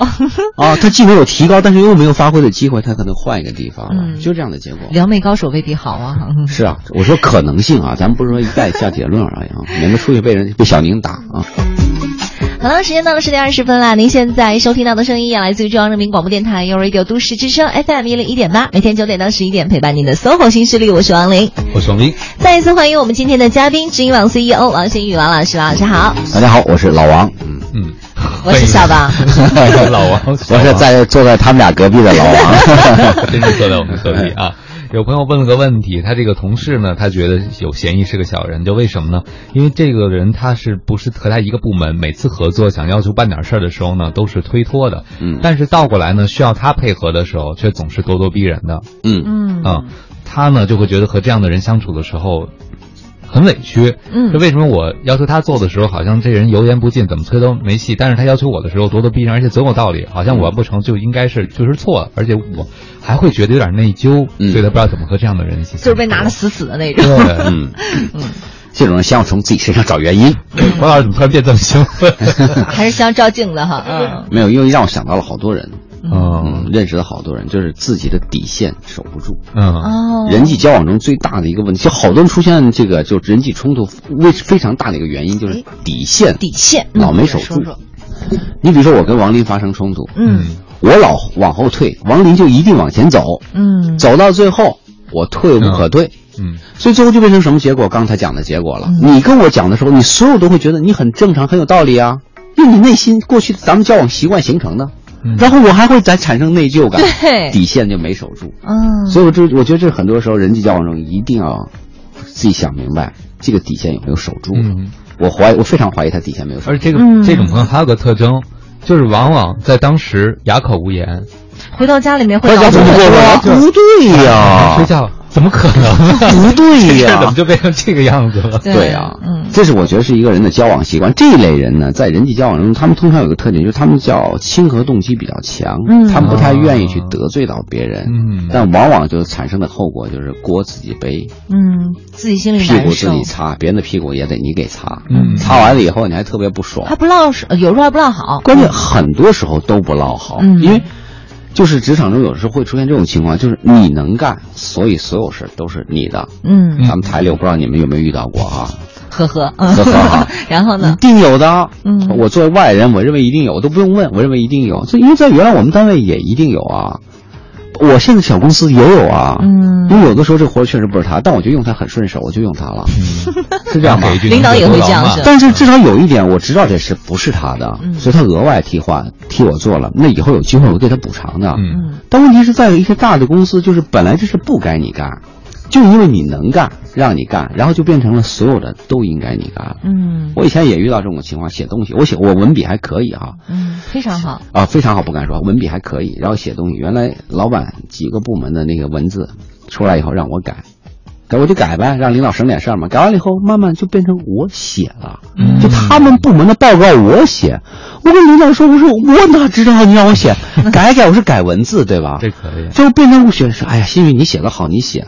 [SPEAKER 2] 啊，他技能有提高，但是又没有发挥的机会，他可能换一个地方了，
[SPEAKER 1] 嗯
[SPEAKER 2] 就这样的结果。
[SPEAKER 1] 撩妹高手未必好啊。
[SPEAKER 2] 是啊，我说可能性啊，咱们不是说一概下结论而已啊，免得出去被人被小宁打啊。
[SPEAKER 1] 好了，时间到了十点二十分啦！您现在收听到的声音也来自于中央人民广播电台 u Radio 都市之声 FM 一零一点八，每天九点到十一点陪伴您的 SOHO 新势力，我是王琳。
[SPEAKER 3] 我是王斌，
[SPEAKER 1] 再一次欢迎我们今天的嘉宾，知音网 CEO 王新宇王老师，王老师好，
[SPEAKER 2] 大家好，我是老王，嗯，
[SPEAKER 3] 嗯，
[SPEAKER 1] 我是小王。
[SPEAKER 3] 老王，我
[SPEAKER 2] 我是在坐在他们俩隔壁的老王。
[SPEAKER 3] 真是坐在我们隔壁啊。有朋友问了个问题，他这个同事呢，他觉得有嫌疑是个小人，就为什么呢？因为这个人他是不是和他一个部门，每次合作想要求办点事儿的时候呢，都是推脱的，
[SPEAKER 2] 嗯
[SPEAKER 3] 但是倒过来呢，需要他配合的时候，却总是咄咄逼人的，
[SPEAKER 2] 嗯，
[SPEAKER 1] 嗯
[SPEAKER 3] 啊，他呢就会觉得和这样的人相处的时候很委屈。
[SPEAKER 1] 嗯
[SPEAKER 3] 就为什么我要求他做的时候，好像这人油盐不进，怎么催都没戏；但是他要求我的时候咄咄逼人，而且总有道理，好像我不成就应该是就是错了，而且我还会觉得有点内疚，
[SPEAKER 2] 嗯
[SPEAKER 3] 所以他不知道怎么和这样的人一起相处，
[SPEAKER 1] 就是被拿的死死的 那种。
[SPEAKER 3] 对，
[SPEAKER 2] 嗯，这种人先要从自己身上找原因。
[SPEAKER 3] 王老师怎么突然变这么兴奋？
[SPEAKER 1] 嗯还是需要照镜子哈。嗯，
[SPEAKER 2] 没有，因为让我想到了好多人，
[SPEAKER 3] 嗯
[SPEAKER 2] 嗯，认识了好多人，就是自己的底线守不住。
[SPEAKER 3] 嗯，
[SPEAKER 1] 哦，
[SPEAKER 2] 人际交往中最大的一个问题，就好多人出现这个就人际冲突，为非常大的一个原因就是底线。
[SPEAKER 1] 底线嗯
[SPEAKER 2] 老没守住
[SPEAKER 1] 说说
[SPEAKER 2] 你比如说，我跟王林发生冲突，
[SPEAKER 1] 嗯
[SPEAKER 2] 我老往后退，王林就一定往前走，
[SPEAKER 1] 嗯
[SPEAKER 2] 走到最后我退无可退，
[SPEAKER 3] 嗯，
[SPEAKER 2] 所以最后就变成什么结果？刚才讲的结果了。你跟我讲的时候，你所有都会觉得你很正常，很有道理啊，因为你内心过去咱们交往习惯形成的。
[SPEAKER 3] 嗯
[SPEAKER 2] 然后我还会再产生内疚感，
[SPEAKER 1] 对
[SPEAKER 2] 底线就没守住。
[SPEAKER 1] 嗯，
[SPEAKER 2] 所以我这我觉得这很多时候人际交往中一定要自己想明白这个底线有没有守住。
[SPEAKER 3] 嗯
[SPEAKER 2] 我怀我非常怀疑他底线没有守
[SPEAKER 3] 而
[SPEAKER 2] 住。
[SPEAKER 3] 且这个、
[SPEAKER 1] 嗯
[SPEAKER 3] 这种朋友还有个特征，就是往往在当时哑口无言，
[SPEAKER 1] 回到家里面会
[SPEAKER 2] 大
[SPEAKER 1] 脑补
[SPEAKER 2] 家怎么
[SPEAKER 1] 很
[SPEAKER 2] 过
[SPEAKER 1] 多。
[SPEAKER 2] 分？不对 呀、
[SPEAKER 3] 睡觉怎么可 能？
[SPEAKER 2] 不啊对
[SPEAKER 3] 这
[SPEAKER 2] 呀、
[SPEAKER 3] 怎么就变成这个样子了？
[SPEAKER 2] 对啊，
[SPEAKER 1] 嗯，
[SPEAKER 2] 这是我觉得是一个人的交往习惯。这一类人呢，在人际交往中，他们通常有个特点，就是他们叫亲和动机比较强，
[SPEAKER 1] 嗯
[SPEAKER 2] 他们不太愿意去得罪到别人，
[SPEAKER 3] 嗯
[SPEAKER 2] 但往往就产生的后果就是锅自己背，
[SPEAKER 1] 嗯，自己心里
[SPEAKER 2] 屁
[SPEAKER 1] 难
[SPEAKER 2] 股自
[SPEAKER 1] 受，
[SPEAKER 2] 己擦，别人的屁股也得你给擦，
[SPEAKER 3] 嗯
[SPEAKER 2] 擦完了以后你还特别不爽
[SPEAKER 1] 还，不落实，有时候还不落好。
[SPEAKER 2] 关键很多时候都不落好，
[SPEAKER 1] 嗯
[SPEAKER 2] 因为。就是职场中有时候会出现这种情况，就是你能干，所以所有事都是你的。
[SPEAKER 1] 嗯，
[SPEAKER 2] 咱们台里我不知道你们有没有遇到过啊，
[SPEAKER 1] 呵呵，嗯
[SPEAKER 2] 呵呵哈
[SPEAKER 1] 然后
[SPEAKER 2] 一
[SPEAKER 1] 呢？
[SPEAKER 2] 定有的。
[SPEAKER 1] 嗯
[SPEAKER 2] 我作为外人，我认为一定有，都不用问，我认为一定有。这因为在原来我们单位也一定有啊，我现在小公司也有啊。
[SPEAKER 1] 嗯
[SPEAKER 2] 因为有的时候这活儿确实不是他，但我就用他很顺手，我就用他了，
[SPEAKER 3] 嗯
[SPEAKER 2] 是这样吧？
[SPEAKER 1] 领导也会这样是吧
[SPEAKER 2] 但是至少有一点，我知道这事不是他的，
[SPEAKER 1] 嗯
[SPEAKER 2] 所以他额外替换替我做了。那以后有机会我给他补偿的。
[SPEAKER 3] 嗯
[SPEAKER 1] 嗯
[SPEAKER 2] 但问题是在于一些大的公司，就是本来这事不该你干，就因为你能干，让你干，然后就变成了所有的都应该你干了。
[SPEAKER 1] 嗯
[SPEAKER 2] 我以前也遇到这种情况，写东西，我写我文笔还可以哈、
[SPEAKER 1] 嗯，非常好。
[SPEAKER 2] 啊，非常好，不敢说，文笔还可以。然后写东西，原来老板几个部门的那个文字出来以后让我改，改我就改呗，让领导省点事儿嘛。改完了以后，慢慢就变成我写了，
[SPEAKER 3] 嗯
[SPEAKER 2] 就他们部门的报告我写。我跟领导说，我说我哪知道你让我写，改改我是改文字对吧？
[SPEAKER 3] 啊这可以。
[SPEAKER 2] 啊最后变成我写是，哎呀，新宇你写的好，你写。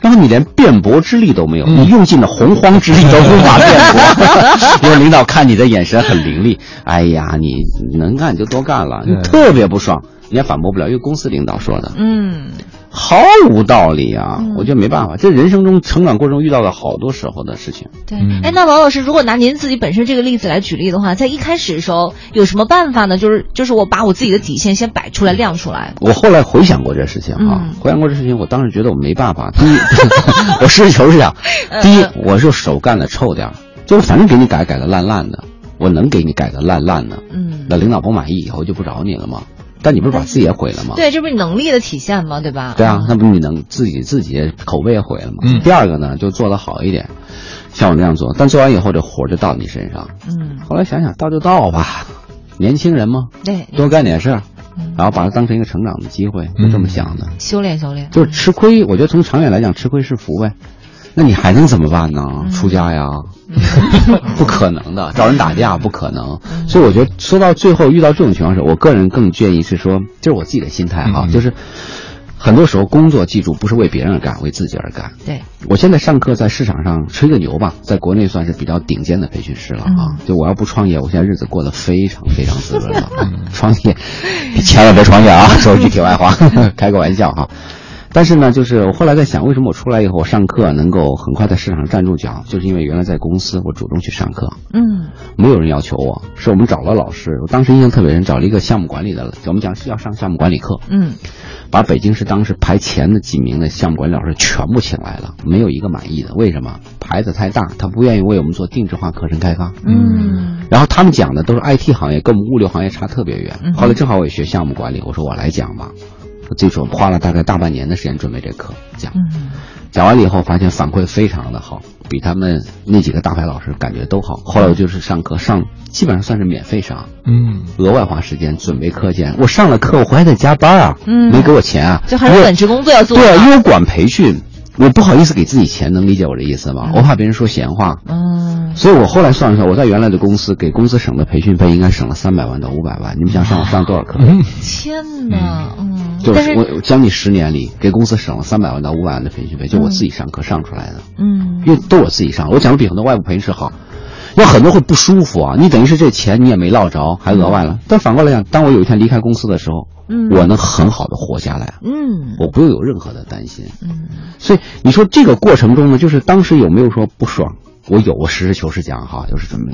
[SPEAKER 2] 然后你连辩驳之力都没有，
[SPEAKER 3] 嗯
[SPEAKER 2] 你用尽了洪荒之力都无 法辩驳，因为领导看你的眼神很凌厉，哎呀，你能干就多干了，你
[SPEAKER 3] 对
[SPEAKER 2] 特别不爽，你也反驳不了，因为公司领导说的
[SPEAKER 1] 嗯
[SPEAKER 2] 毫无道理啊
[SPEAKER 1] 嗯，
[SPEAKER 2] 我觉得没办法，这人生中成长过程中遇到了好多时候的事情。
[SPEAKER 1] 对
[SPEAKER 3] 嗯，
[SPEAKER 1] 哎，那王老师，如果拿您自己本身这个例子来举例的话，在一开始的时候有什么办法呢？就是就是我把我自己的底线先摆出来亮出来。
[SPEAKER 2] 我后来回想过这事情啊，
[SPEAKER 1] 嗯
[SPEAKER 2] 回想过这事情，我当时觉得我没办法。第一， 我实事求是讲，
[SPEAKER 1] 嗯
[SPEAKER 2] 第一，
[SPEAKER 1] 呃
[SPEAKER 2] 我就手干的臭点儿，就是反正给你改改的烂烂的，我能给你改的烂烂的，
[SPEAKER 1] 嗯，
[SPEAKER 2] 那领导不满意以后就不找你了吗？但你不是把自己也毁了吗？
[SPEAKER 1] 对，这不是能力的体现吗？对吧？
[SPEAKER 2] 对啊，那不你能自己自己口碑也毁了吗？
[SPEAKER 3] 嗯
[SPEAKER 2] 第二个呢，就做得好一点，像我那样做，但做完以后这活儿就到你身上。
[SPEAKER 1] 嗯，
[SPEAKER 2] 后来想想，到就到吧，年轻人嘛，
[SPEAKER 1] 对，
[SPEAKER 2] 多干点事儿
[SPEAKER 1] 嗯，
[SPEAKER 2] 然后把它当成一个成长的机会，就这么想的。
[SPEAKER 1] 修炼修炼。
[SPEAKER 2] 就是吃亏，我觉得从长远来讲，吃亏是福呗。那你还能怎么办呢？出家呀， 不可能的，找人打架不可能。所以我觉得说到最后遇到这种情况时，我个人更建议是说，这是我自己的心态哈，
[SPEAKER 3] 嗯
[SPEAKER 2] 就是很多时候工作记住不是为别人而干，为自己而干。
[SPEAKER 1] 对，
[SPEAKER 2] 我现在上课在市场上吹个牛吧，在国内算是比较顶尖的培训师了啊。就我要不创业，我现在日子过得非常非常滋润了啊。创业，千万别创业啊！说一句题外话， 开个玩笑哈、但是呢，就是我后来在想，为什么我出来以后我上课能够很快在市场上站住脚，就是因为原来在公司我主动去上课，
[SPEAKER 1] 嗯
[SPEAKER 2] 没有人要求我，是我们找了老师。我当时印象特别深，找了一个项目管理的，我们讲是要上项目管理课，
[SPEAKER 1] 嗯，
[SPEAKER 2] 把北京市当时排前的几名的项目管理老师全部请来了，没有一个满意的。为什么？牌子太大，他不愿意为我们做定制化课程开发。
[SPEAKER 1] 嗯
[SPEAKER 2] 然后他们讲的都是 IT 行业，跟我们物流行业差特别
[SPEAKER 1] 嗯
[SPEAKER 2] 远。后来正好我也学项目管理，我说我来讲吧。我最初花了大概大半年的时间准备这课讲，
[SPEAKER 1] 嗯
[SPEAKER 2] 讲完了以后发现反馈非常的好，比他们那几个大牌老师感觉都好。后来我就是上课上，基本上算是免费上，
[SPEAKER 3] 嗯，
[SPEAKER 2] 额外花时间准备课件。我上了课，我还得加班啊，
[SPEAKER 1] 嗯
[SPEAKER 2] 没给我钱啊，
[SPEAKER 1] 就还是
[SPEAKER 2] 我
[SPEAKER 1] 本职工作要做
[SPEAKER 2] 对啊，
[SPEAKER 1] 的
[SPEAKER 2] 因为我管培训，我不好意思给自己钱，能理解我这意思吗？我怕别人说闲话，
[SPEAKER 1] 嗯，
[SPEAKER 2] 所以我后来算了算，我在原来的公司给公司省的培训费应该省了三百万到五百万。你们想上我上多少课？
[SPEAKER 1] 天哪，嗯，
[SPEAKER 2] 就
[SPEAKER 1] 但
[SPEAKER 2] 是我我将近十年里，给公司省了三百万到五百万的培训费，就我自己上课上出来的，
[SPEAKER 1] 嗯
[SPEAKER 2] 因为都我自己上，我讲的比很多外部培训师好。有很多会不舒服啊，你等于是这钱你也没落着，还额外了。但反过来讲，当我有一天离开公司的时候，
[SPEAKER 1] 嗯
[SPEAKER 2] 我能很好的活下来，
[SPEAKER 1] 嗯
[SPEAKER 2] 我不用有任何的担心。
[SPEAKER 1] 嗯
[SPEAKER 2] 所以你说这个过程中呢，就是当时有没有说不爽？我有，我实事求是讲哈，就是准备，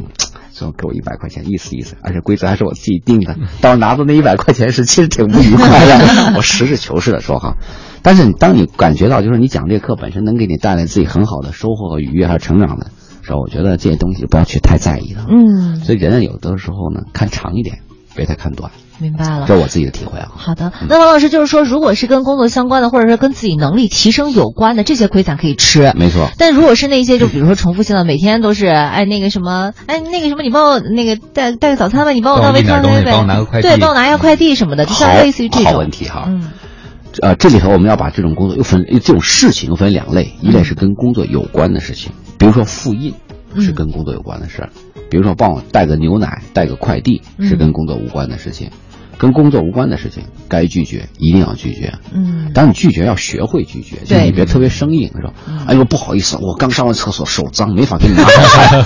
[SPEAKER 2] 最后给我一百块钱意思意思，而且规则还是我自己定的。当我拿到那一百块钱时，其实挺不愉快的。 我实事求是的说哈，但是你当你感觉到就是你讲这个课本身能给你带来自己很好的收获和愉悦还有成长的时候，我觉得这些东西不要去太在意了。
[SPEAKER 1] 嗯，
[SPEAKER 2] 所以人呢，有的时候呢，看长一点，别太看短，
[SPEAKER 1] 明白了
[SPEAKER 2] 这。是我自己的体会啊。
[SPEAKER 1] 好的，那王老师就是说，如果是跟工作相关的，或者是跟自己能力提升有关的，这些亏咱可以吃。
[SPEAKER 2] 没错，
[SPEAKER 1] 但如果是那些，就比如说重复性的，每天都是，哎，那个什么，哎，那个什么，你帮我那个带带个早餐吧，你帮我
[SPEAKER 3] 帮
[SPEAKER 1] 到
[SPEAKER 3] 我
[SPEAKER 1] 微
[SPEAKER 3] 拎点
[SPEAKER 1] 创
[SPEAKER 3] 东西
[SPEAKER 1] 呗，
[SPEAKER 3] 帮我拿个快递
[SPEAKER 1] 对，帮我拿一下快递什么的，就像
[SPEAKER 2] 好
[SPEAKER 1] 类似于这种。
[SPEAKER 2] 好问题哈。
[SPEAKER 1] 嗯
[SPEAKER 2] 呃，这里头我们要把这种工作又分这种事情又分两类，一类是跟工作有关的事情，比如说复印
[SPEAKER 1] 嗯
[SPEAKER 2] 是跟工作有关的事儿，比如说帮我带个牛奶、带个快递
[SPEAKER 1] 嗯
[SPEAKER 2] 是跟工作无关的事情，跟工作无关的事情该拒绝一定要拒绝。
[SPEAKER 1] 嗯
[SPEAKER 2] 当你拒绝要学会拒绝，就是
[SPEAKER 1] 对嗯
[SPEAKER 2] 你别特别生硬，是吧？哎呦，不好意思，我刚上完厕所，手脏，没法给你拿早餐。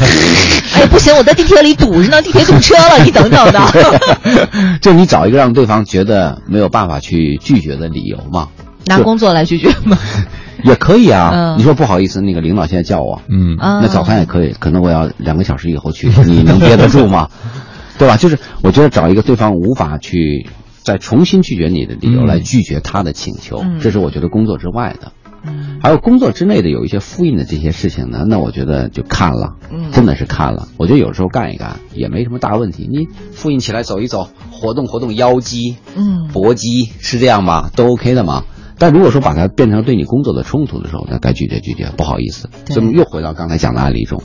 [SPEAKER 1] 哎，不行，我在地铁里堵着呢，地铁堵车了，你等等的。
[SPEAKER 2] 就你找一个让对方觉得没有办法去拒绝的理由嘛。
[SPEAKER 1] 拿工作来拒绝吗？
[SPEAKER 2] 也可以啊，
[SPEAKER 1] 嗯
[SPEAKER 2] 你说不好意思，那个领导现在叫我，
[SPEAKER 3] 嗯
[SPEAKER 1] 啊，
[SPEAKER 2] 那早饭也可以，可能我要两个小时以后去， 你能憋得 住吗？对吧？就是我觉得找一个对方无法去再重新拒绝你的理由
[SPEAKER 3] 嗯
[SPEAKER 2] 来拒绝他的请求，
[SPEAKER 1] 嗯
[SPEAKER 2] 这是我觉得工作之外的。
[SPEAKER 1] 嗯
[SPEAKER 2] 还有工作之内的有一些复印的这些事情呢，那我觉得就看了，
[SPEAKER 1] 嗯
[SPEAKER 2] 真的是看了。我觉得有时候干一干也没什么大问题，你复印起来走一走，活动活动腰肌，
[SPEAKER 1] 嗯
[SPEAKER 2] 搏击是这样吧？都 OK 的嘛。但如果说把它变成对你工作的冲突的时候，那该拒绝拒绝，不好意思。
[SPEAKER 1] 对
[SPEAKER 2] 这么又回到刚才讲的案例中，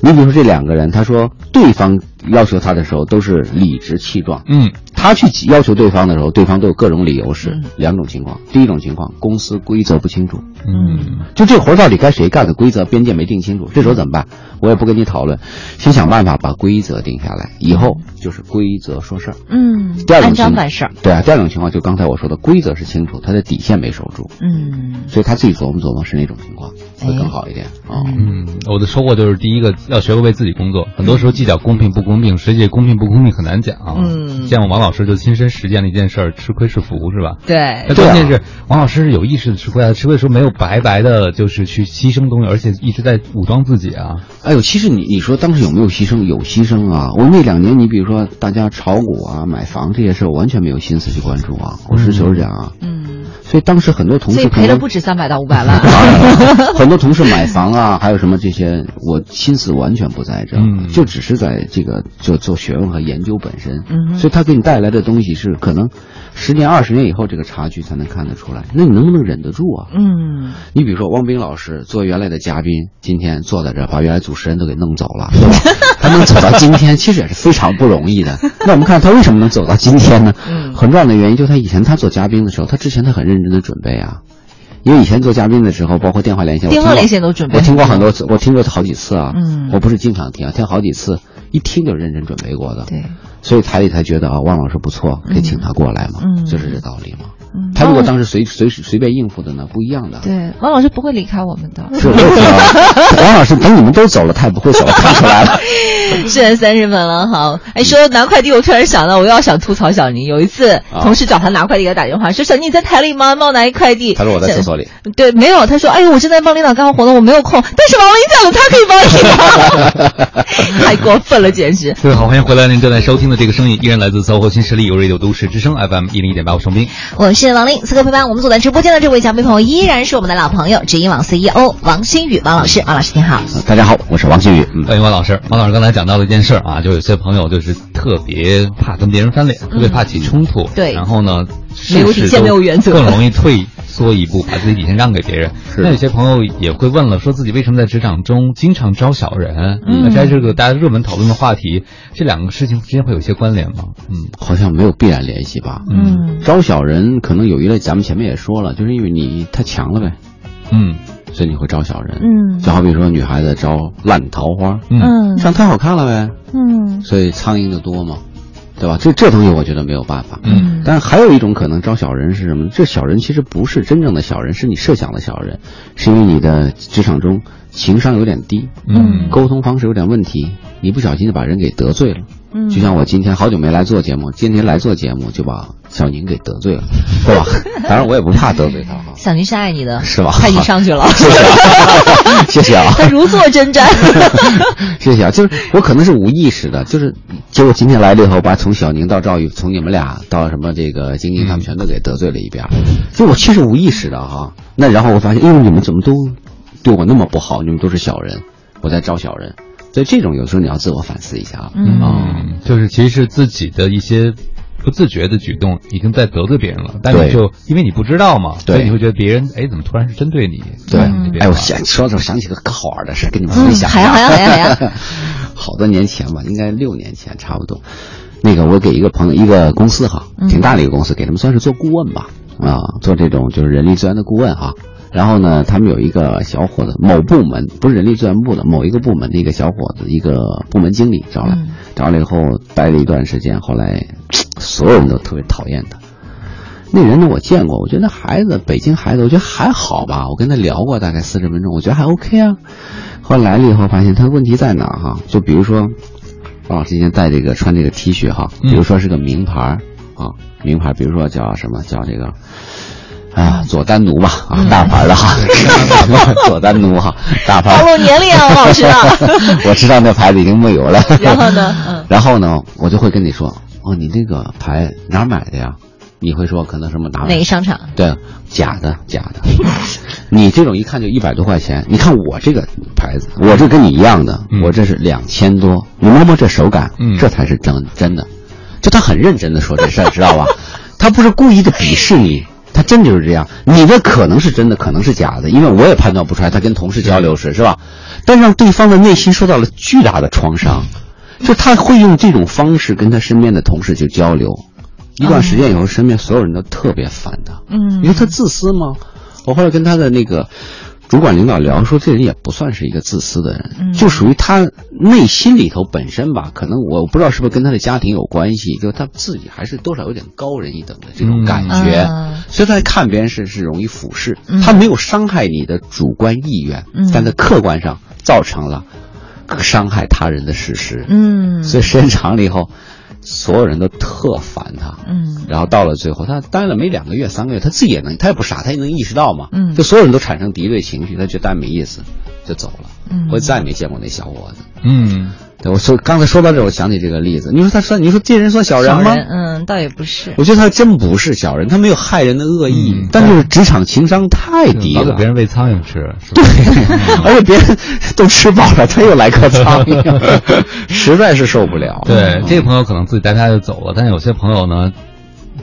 [SPEAKER 2] 你比如说这两个人，他说对方要求他的时候都是理直气壮，
[SPEAKER 3] 嗯，
[SPEAKER 2] 他去要求对方的时候，对方都有各种理由是
[SPEAKER 1] 嗯
[SPEAKER 2] 两种情况：第一种情况，公司规则不清楚，
[SPEAKER 3] 嗯，
[SPEAKER 2] 就这活儿到底该谁干的规则边界没定清楚，这时候怎么办？
[SPEAKER 1] 嗯
[SPEAKER 2] 我也不跟你讨论，先想办法把规则定下来，以后就是规则说事儿。
[SPEAKER 1] 嗯，
[SPEAKER 2] 第二种
[SPEAKER 1] 按章
[SPEAKER 2] 情
[SPEAKER 1] 办事儿，
[SPEAKER 2] 对啊，第二种情况就刚才我说的，规则是清楚，他的底线没守住，
[SPEAKER 1] 嗯
[SPEAKER 2] 所以他自己琢磨琢磨是哪种情况会更好一点啊。哦
[SPEAKER 3] 嗯，我的收获就是第一个要学会为自己工作，很多时候计较公平不公平，实际公平不公平很难讲。啊
[SPEAKER 1] 嗯
[SPEAKER 3] 像我王老师就亲身实践了一件事儿，吃亏是福是吧？
[SPEAKER 1] 对
[SPEAKER 2] 呃
[SPEAKER 3] 那关键是王老师是有意识的吃亏啊，吃亏的时候没有白白的，就是去牺牲东西，而且一直在武装自己啊。
[SPEAKER 2] 哎呦，其实你你说当时有没有牺牲？有牺牲啊！我那两年，你比如说大家炒股啊、买房这些事儿，我完全没有心思去关注啊。我实事求是讲啊，
[SPEAKER 1] 嗯，
[SPEAKER 2] 所以当时很多同
[SPEAKER 1] 所以
[SPEAKER 2] 事
[SPEAKER 1] 赔了
[SPEAKER 2] 可能
[SPEAKER 1] 不止三百到五百万。
[SPEAKER 2] 当然了，很多同事买房啊，还有什么这些，我心思完全不在这儿，
[SPEAKER 3] 嗯
[SPEAKER 2] 就只是在这个就做学问和研究本身。
[SPEAKER 1] 嗯
[SPEAKER 2] 所以它给你带来的东西是可能十年、二十年以后这个差距才能看得出来。那你能不能忍得住啊？
[SPEAKER 1] 嗯，
[SPEAKER 2] 你比如说汪冰老师做原来的嘉宾，今天坐在这儿把原来主持人都给弄走 了，对吧？他能走到今天，其实也是非常不容易的。那我们看他为什么能走到今天呢？
[SPEAKER 1] 嗯
[SPEAKER 2] 很重要的原因就是他以前他做嘉宾的时候，他之前他很认真的准备啊。因为以前做嘉宾的时候，包括电话连线，我
[SPEAKER 1] 电话
[SPEAKER 2] 听过
[SPEAKER 1] 连线都准备
[SPEAKER 2] 我听过很多次，我听过好几次啊。
[SPEAKER 1] 嗯
[SPEAKER 2] 我不是经常听啊，听好几次，一听就认真准备过的。
[SPEAKER 1] 对，
[SPEAKER 2] 所以台里才觉得啊，汪老师不错，可以请他过来嘛，
[SPEAKER 1] 嗯
[SPEAKER 2] 就是这道理嘛。
[SPEAKER 1] 嗯
[SPEAKER 2] 他如果当时随随随便应付的呢，不一样的。
[SPEAKER 1] 对，王老师不会离开我们的。
[SPEAKER 2] 是，我也知道。 王老师，等你们都走了，他也不会走了，看出来了。
[SPEAKER 1] 是啊三十分了，好。哎，说拿快递，我突然想到，我又要想吐槽小宁。有一次，
[SPEAKER 2] 啊
[SPEAKER 1] 同事找他拿快递，给他打电话，说：“小宁你在台里吗？帮我拿一快递。”
[SPEAKER 2] 他说我在厕所里。
[SPEAKER 1] 对，没有。他说：“哎呦，我正在帮领导干活呢，我没有空。”但是王林讲了，他可以帮 你拿，太过分了，简直。
[SPEAKER 3] 各位好，欢迎回来，您正在收听的这个声音依然来自搜狐新势力有 radio 都市之声 FM 一零一点八，我双斌。
[SPEAKER 1] 我是王林，此刻陪伴我们走在直播间的这位嘉宾朋友，依然是我们的老朋友，知音网 CEO 王新宇，王老师，王老师您好。
[SPEAKER 2] 呃 大家好，我是王新宇。嗯，
[SPEAKER 3] 欢迎王老师。王老师刚才讲到了一件事儿啊，就有些朋友就是特别怕跟别人翻脸，特别怕起冲突。
[SPEAKER 1] 嗯对
[SPEAKER 3] 然后呢，
[SPEAKER 1] 没有
[SPEAKER 3] 事事
[SPEAKER 1] 底线
[SPEAKER 3] 都
[SPEAKER 1] 没有原则
[SPEAKER 3] 更容易退缩一步，把自己底线让给别人。
[SPEAKER 2] 是
[SPEAKER 3] 那有些朋友也会问了，说自己为什么在职场中经常招小人？
[SPEAKER 1] 嗯
[SPEAKER 3] 那在这个大家热门讨论的话题，这两个事情之间会有一些关联吗？嗯
[SPEAKER 2] 好像没有必然联系吧？
[SPEAKER 1] 嗯
[SPEAKER 2] 招小人可能有一类，咱们前面也说了，就是因为你太强了呗，
[SPEAKER 3] 嗯
[SPEAKER 2] 所以你会招小人。
[SPEAKER 1] 嗯
[SPEAKER 2] 就好比说女孩子招烂桃花，
[SPEAKER 3] 嗯
[SPEAKER 1] 嗯
[SPEAKER 2] 长太好看了呗，
[SPEAKER 1] 嗯
[SPEAKER 2] 所以苍蝇就多嘛，对吧？这这东西我觉得没有办法。
[SPEAKER 3] 嗯
[SPEAKER 2] 但还有一种可能招小人是什么呢？这小人其实不是真正的小人，是你设想的小人，是因为你的职场中情商有点低，
[SPEAKER 3] 嗯
[SPEAKER 2] 沟通方式有点问题，你不小心就把人给得罪了。
[SPEAKER 1] 嗯，
[SPEAKER 2] 就像我今天好久没来做节目，今天来做节目就把小宁给得罪了，对吧？当然我也不怕得罪他哈
[SPEAKER 1] 小宁是爱你的，
[SPEAKER 2] 是吧
[SPEAKER 1] 派你上去了，
[SPEAKER 2] 谢谢啊，谢谢啊。
[SPEAKER 1] 他如坐针毡。
[SPEAKER 2] 谢谢啊，就是我可能是无意识的，就是结果今天来了以后，把从小宁到赵宇，从你们俩到什么这个晶晶他们全都给得罪了一遍儿，就我其实无意识的哈、那然后我发现，哎呦，你们怎么都对我那么不好？你们都是小人，我在招小人，所以这种有时候你要自我反思一下啊。
[SPEAKER 1] 嗯
[SPEAKER 3] 嗯，就是其实是自己的一些不自觉的举动已经在得罪别人了，但你
[SPEAKER 2] 对
[SPEAKER 3] 就因为你不知道嘛，所
[SPEAKER 2] 对
[SPEAKER 3] 以你会觉得别人哎怎么突然是针对你？
[SPEAKER 2] 对
[SPEAKER 3] 嗯你别
[SPEAKER 2] 哎，我
[SPEAKER 3] 管
[SPEAKER 2] 想说到这，我想起个可好玩的事儿，跟你们分
[SPEAKER 1] 嗯，
[SPEAKER 2] 享一
[SPEAKER 1] 好呀
[SPEAKER 2] 下。
[SPEAKER 1] 好呀好呀好呀，
[SPEAKER 2] 好多年前吧，应该六年前差不多。那个我给一个朋友，一个公司哈
[SPEAKER 1] 嗯，
[SPEAKER 2] 挺大的一个公司，给他们算是做顾问吧，啊，做这种就是人力资源的顾问哈。然后呢，他们有一个小伙子，某部门不是人力资源部的某一个部门的一个小伙子，一个部门经理找来
[SPEAKER 1] 嗯，
[SPEAKER 2] 找来以后待了一段时间，后来所有人都特别讨厌他。那人呢，我见过，我觉得那孩子，北京孩子，我觉得还好吧。我跟他聊过大概四十分钟，我觉得还 OK 啊。后来来了以后，发现他问题在哪儿哈、就比如说，王老师今天带这个穿这个 T 恤哈、
[SPEAKER 3] 嗯
[SPEAKER 2] 比如说是个名牌儿啊，名牌儿，比如说叫什么叫这个。啊，佐丹奴吧，啊，大牌儿的哈，佐丹奴哈，大牌
[SPEAKER 1] 暴
[SPEAKER 2] 儿。
[SPEAKER 1] 露年龄啊，王老师 啊。
[SPEAKER 2] 我知道那牌子已经没有了。
[SPEAKER 1] 然后呢？嗯
[SPEAKER 2] 然后呢，我就会跟你说，哦，你那个牌哪儿买的呀？你会说可能什么哪儿买
[SPEAKER 1] 哪
[SPEAKER 2] 的
[SPEAKER 1] 个商场？
[SPEAKER 2] 对，假的，假的。你这种一看就一百多块钱，你看我这个牌子，我这跟你一样的，
[SPEAKER 3] 嗯
[SPEAKER 2] 我这是两千多。你摸摸这手感，
[SPEAKER 3] 嗯
[SPEAKER 2] 这才是真真的。就他很认真的说这事儿，知道吧？ 他不是故意的鄙视你，他真就是这样。你的可能是真的，可能是假的，因为我也判断不出来。他跟同事交流时是吧？但让对方的内心受到了巨大的创伤，就他会用这种方式跟他身边的同事去交流。一段时间以后，身边所有人都特别烦他。
[SPEAKER 1] 嗯
[SPEAKER 2] 你说他自私吗？我后来跟他的那个主管领导聊，说这人也不算是一个自私的人，
[SPEAKER 1] 嗯
[SPEAKER 2] 就属于他内心里头本身吧，可能我不知道是不是跟他的家庭有关系，就是他自己还是多少有点高人一等的这种感觉，
[SPEAKER 1] 嗯啊
[SPEAKER 2] 所以他在看别人是是容易俯视，
[SPEAKER 1] 嗯
[SPEAKER 2] 他没有伤害你的主观意愿，
[SPEAKER 1] 嗯
[SPEAKER 2] 但在客观上造成了伤害他人的事实，
[SPEAKER 1] 嗯
[SPEAKER 2] 所以时间长了以后，所有人都特烦他，
[SPEAKER 1] 嗯
[SPEAKER 2] 然后到了最后，他待了没两个月、三个月，他自己也能，他也不傻，他也能意识到嘛。
[SPEAKER 1] 嗯
[SPEAKER 2] 就所有人都产生敌对情绪，他觉得待没意思，就走了。
[SPEAKER 1] 嗯
[SPEAKER 2] 我再也没见过那小伙子。
[SPEAKER 3] 嗯，
[SPEAKER 2] 对，我说刚才说到这儿，我想起这个例子。你说他算，你说这人算小人吗？
[SPEAKER 1] 嗯，倒也不是。
[SPEAKER 2] 我觉得他真不是小人，他没有害人的恶意，
[SPEAKER 3] 嗯
[SPEAKER 2] 但就是职场情商太低
[SPEAKER 3] 老给
[SPEAKER 2] 了
[SPEAKER 3] 别。人喂苍蝇吃，是吧嗯
[SPEAKER 2] 对， 而且别人都吃饱了，他又来颗 苍蝇，实在是受不了。嗯
[SPEAKER 3] 对，这个朋友可能自己待家就走了，但有些朋友呢，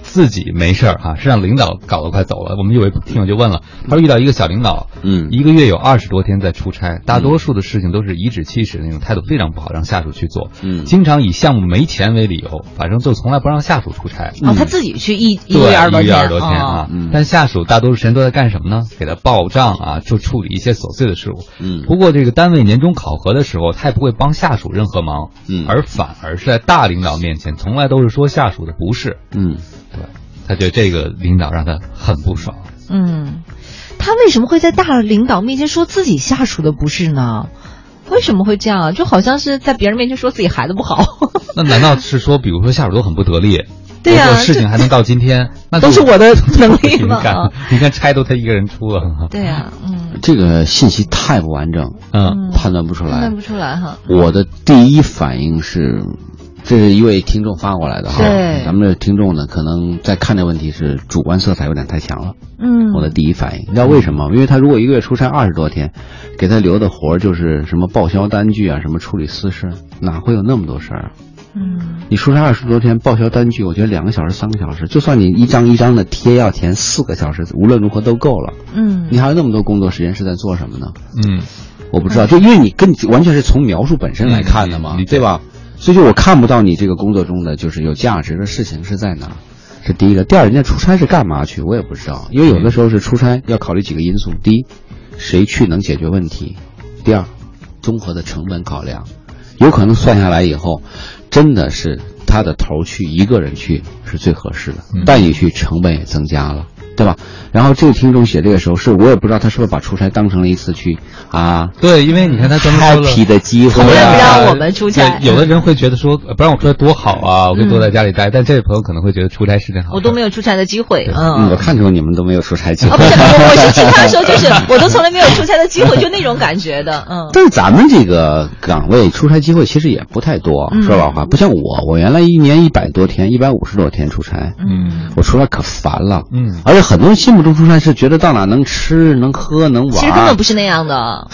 [SPEAKER 3] 自己没事儿啊，是让领导搞得快走了。我们有一听友就问了，他说遇到一个小领导，
[SPEAKER 2] 嗯
[SPEAKER 3] 一个月有二十多天在出差，大多数的事情都是颐指气使的那种，态度非常不好，让下属去做，
[SPEAKER 2] 嗯
[SPEAKER 3] 经常以项目没钱为理由，反正就从来不让下属出差。
[SPEAKER 1] 哦，他自己去一一
[SPEAKER 3] 对，
[SPEAKER 1] 个月二十多
[SPEAKER 3] 一
[SPEAKER 1] 天，
[SPEAKER 3] 二十多天啊
[SPEAKER 1] 哦，
[SPEAKER 2] 嗯
[SPEAKER 3] 但下属大多数时间都在干什么呢？给他报账啊，就处理一些琐碎的事务。
[SPEAKER 2] 嗯
[SPEAKER 3] 不过这个单位年终考核的时候，他也不会帮下属任何忙，
[SPEAKER 2] 嗯
[SPEAKER 3] 而反而是在大领导面前，从来都是说下属的不是，
[SPEAKER 2] 嗯。
[SPEAKER 3] 对，他觉得这个领导让他很不爽。
[SPEAKER 1] 嗯，他为什么会在大领导面前说自己下属的不是呢？为什么会这样？就好像是在别人面前说自己孩子不好，
[SPEAKER 3] 那难道是说，比如说下属都很不得力？
[SPEAKER 1] 对呀
[SPEAKER 3] 如果事情还能到今天，那就
[SPEAKER 1] 都是我的能力
[SPEAKER 3] 你
[SPEAKER 1] 吗
[SPEAKER 3] 看，你看差都他一个人出了，
[SPEAKER 1] 对呀、嗯，
[SPEAKER 2] 这个信息太不完整，
[SPEAKER 3] 嗯
[SPEAKER 2] 判断不出
[SPEAKER 1] 判
[SPEAKER 2] 来
[SPEAKER 1] 断。不出来哈。
[SPEAKER 2] 我的第一反应是，这是一位听众发过来的哈
[SPEAKER 1] 对。
[SPEAKER 2] 咱们的听众呢，可能在看这问题是主观色彩有点太强了。
[SPEAKER 1] 嗯，
[SPEAKER 2] 我的第一反应，你知道为什么吗？因为他如果一个月出差二十多天，给他留的活儿就是什么报销单据啊，什么处理私事，哪会有那么多事儿啊？
[SPEAKER 1] 嗯
[SPEAKER 2] 你出差二十多天，报销单据，我觉得两个小时、三个小时，就算你一张一张的贴要填四个小时，无论如何都够了。你
[SPEAKER 1] 嗯
[SPEAKER 2] 还有那么多工作时间是在做什么呢？
[SPEAKER 3] 嗯，
[SPEAKER 2] 我不知道，就因为你跟完全是从描述本身来看的嘛，
[SPEAKER 3] 嗯理解
[SPEAKER 2] 对吧？所以就我看不到你这个工作中的就是有价值的事情是在哪儿，是第一个。第二，人家出差是干嘛去，我也不知道，因为有的时候是出差要考虑几个因素：第一，谁去能解决问题；第二，综合的成本考量，有可能算下来以后，真的是他的头去一个人去是最合适的，
[SPEAKER 3] 嗯
[SPEAKER 2] 带你去成本也增加了。对吧？然后这个听众写这个时候，是我也不知道他是不是把出差当成了一次去啊
[SPEAKER 3] 对，因为你看他专门说了
[SPEAKER 2] happy 的机会
[SPEAKER 1] 不
[SPEAKER 3] 对
[SPEAKER 1] 让
[SPEAKER 3] 啊
[SPEAKER 1] 不
[SPEAKER 2] 啊，
[SPEAKER 1] 让我们出差
[SPEAKER 3] 对有的人会觉得说，呃不让我出差多好啊，我可以多在家里待。但这位朋友可能会觉得出差是件好事。
[SPEAKER 1] 我都没有出差的机会，
[SPEAKER 2] 嗯
[SPEAKER 1] 嗯。
[SPEAKER 2] 我看出你们都没有出差机
[SPEAKER 1] 啊，
[SPEAKER 2] 会
[SPEAKER 1] 不。是，我我是听他说，就是我都从来没有出差的机会，就那种感觉的，嗯
[SPEAKER 2] 但是咱们这个岗位出差机会其实也不太多，
[SPEAKER 1] 嗯
[SPEAKER 2] 说老实话，不像我，我原来一年一百多天，一百五十多天出差，
[SPEAKER 1] 嗯，
[SPEAKER 2] 我出差可烦了。
[SPEAKER 3] 嗯
[SPEAKER 2] 而且很多人心目中出差是觉得到哪能吃、能喝、能玩，
[SPEAKER 1] 其实根本不是那样的，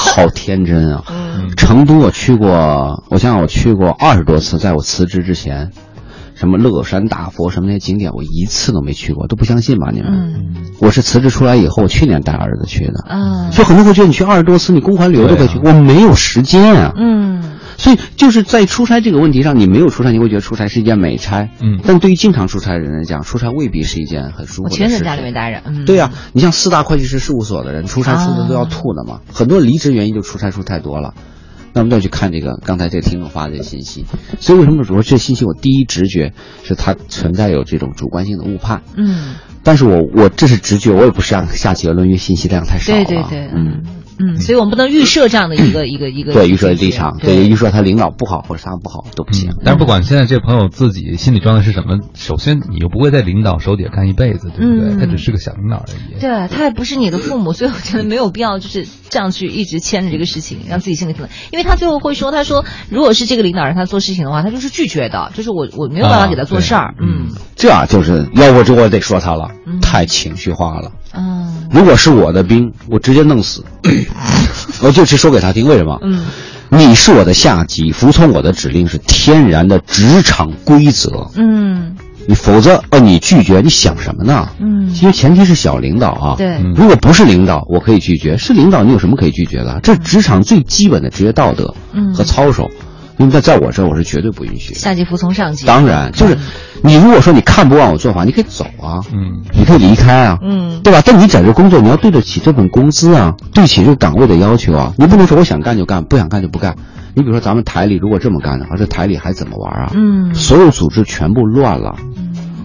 [SPEAKER 2] 好天真啊！
[SPEAKER 1] 嗯
[SPEAKER 2] 成都我去过，我想想我去过二十多次，在我辞职之前，什么乐山大佛什么那些景点，我一次都没去过，都不相信吧你们？
[SPEAKER 1] 嗯
[SPEAKER 2] 我是辞职出来以后，我去年带儿子去的，
[SPEAKER 1] 嗯啊
[SPEAKER 2] 所以很多人会觉得你去二十多次，你公环流都可以去，
[SPEAKER 3] 对
[SPEAKER 2] 我没有时间啊。
[SPEAKER 1] 嗯
[SPEAKER 2] 所以就是在出差这个问题上，你没有出差，你会觉得出差是一件美差。
[SPEAKER 3] 嗯
[SPEAKER 2] 但对于经常出差的人来讲，出差未必是一件很舒服
[SPEAKER 1] 我
[SPEAKER 2] 的事
[SPEAKER 1] 全
[SPEAKER 2] 情。
[SPEAKER 1] 是在家里面待着，嗯，
[SPEAKER 2] 对呀、你像四大会计师事务所的人，出差出的都
[SPEAKER 1] 啊
[SPEAKER 2] 要吐的嘛。很多人离职原因就出差出太多了。那我们再去看这个刚才这个听众发的这个信息，所以为什么我说这信息我第一直觉是它存在有这种主观性的误判，
[SPEAKER 1] 嗯，
[SPEAKER 2] 但是我我这是直觉，我也不是让下结论，因为信息量太少了。
[SPEAKER 1] 对对对，
[SPEAKER 2] 嗯，
[SPEAKER 1] 嗯，所以我们不能预设这样的一个一个一个
[SPEAKER 2] 对，预设立场，对，
[SPEAKER 1] 对
[SPEAKER 2] 预设他领导不好或者啥不好都不行
[SPEAKER 3] 嗯。，但是不管现在这朋友自己心理状态是什么，首先你又不会在领导手底下干一辈子，对不对？
[SPEAKER 1] 嗯
[SPEAKER 3] 他只是个小领导而已。
[SPEAKER 1] 对他也不是你的父母，所以我觉得没有必要就是这样去一直牵着这个事情，让自己心里可能，因为他最后会说，他说如果是这个领导让他做事情的话，他就是拒绝的，就是我我没有办法给他做事儿
[SPEAKER 3] 啊，对
[SPEAKER 1] 嗯
[SPEAKER 2] 这样就是要我这我得说他了
[SPEAKER 1] 嗯，
[SPEAKER 2] 太情绪化了。
[SPEAKER 1] 嗯
[SPEAKER 2] 如果是我的兵，我直接弄 死，我就直说给他听。为什么？
[SPEAKER 1] 嗯，
[SPEAKER 2] 你是我的下级，服从我的指令是天然的职场规则。
[SPEAKER 1] 嗯
[SPEAKER 2] 你否则，呃，你拒绝，你想什么呢？
[SPEAKER 1] 嗯，
[SPEAKER 2] 因为前提是小领导啊。。
[SPEAKER 1] 对，
[SPEAKER 3] 嗯
[SPEAKER 2] 如果不是领导，我可以拒绝；是领导，你有什么可以拒绝的？这是职场最基本的职业道德
[SPEAKER 1] 嗯
[SPEAKER 2] 和操守。因为在在我这儿我是绝对不允许的。
[SPEAKER 1] 下级服从上级，
[SPEAKER 2] 当然，就是
[SPEAKER 1] 嗯
[SPEAKER 2] 你如果说你看不惯我做法，你可以走啊，
[SPEAKER 3] 嗯，
[SPEAKER 2] 你可以离开啊，
[SPEAKER 1] 嗯
[SPEAKER 2] 对吧？但你在这工作，你要对得起这份工资啊，对得起这个岗位的要求啊。你不能说我想干就干，不想干就不干。你比如说咱们台里如果这么干的话，这台里还怎么玩啊？
[SPEAKER 1] 嗯，
[SPEAKER 2] 所有组织全部乱了，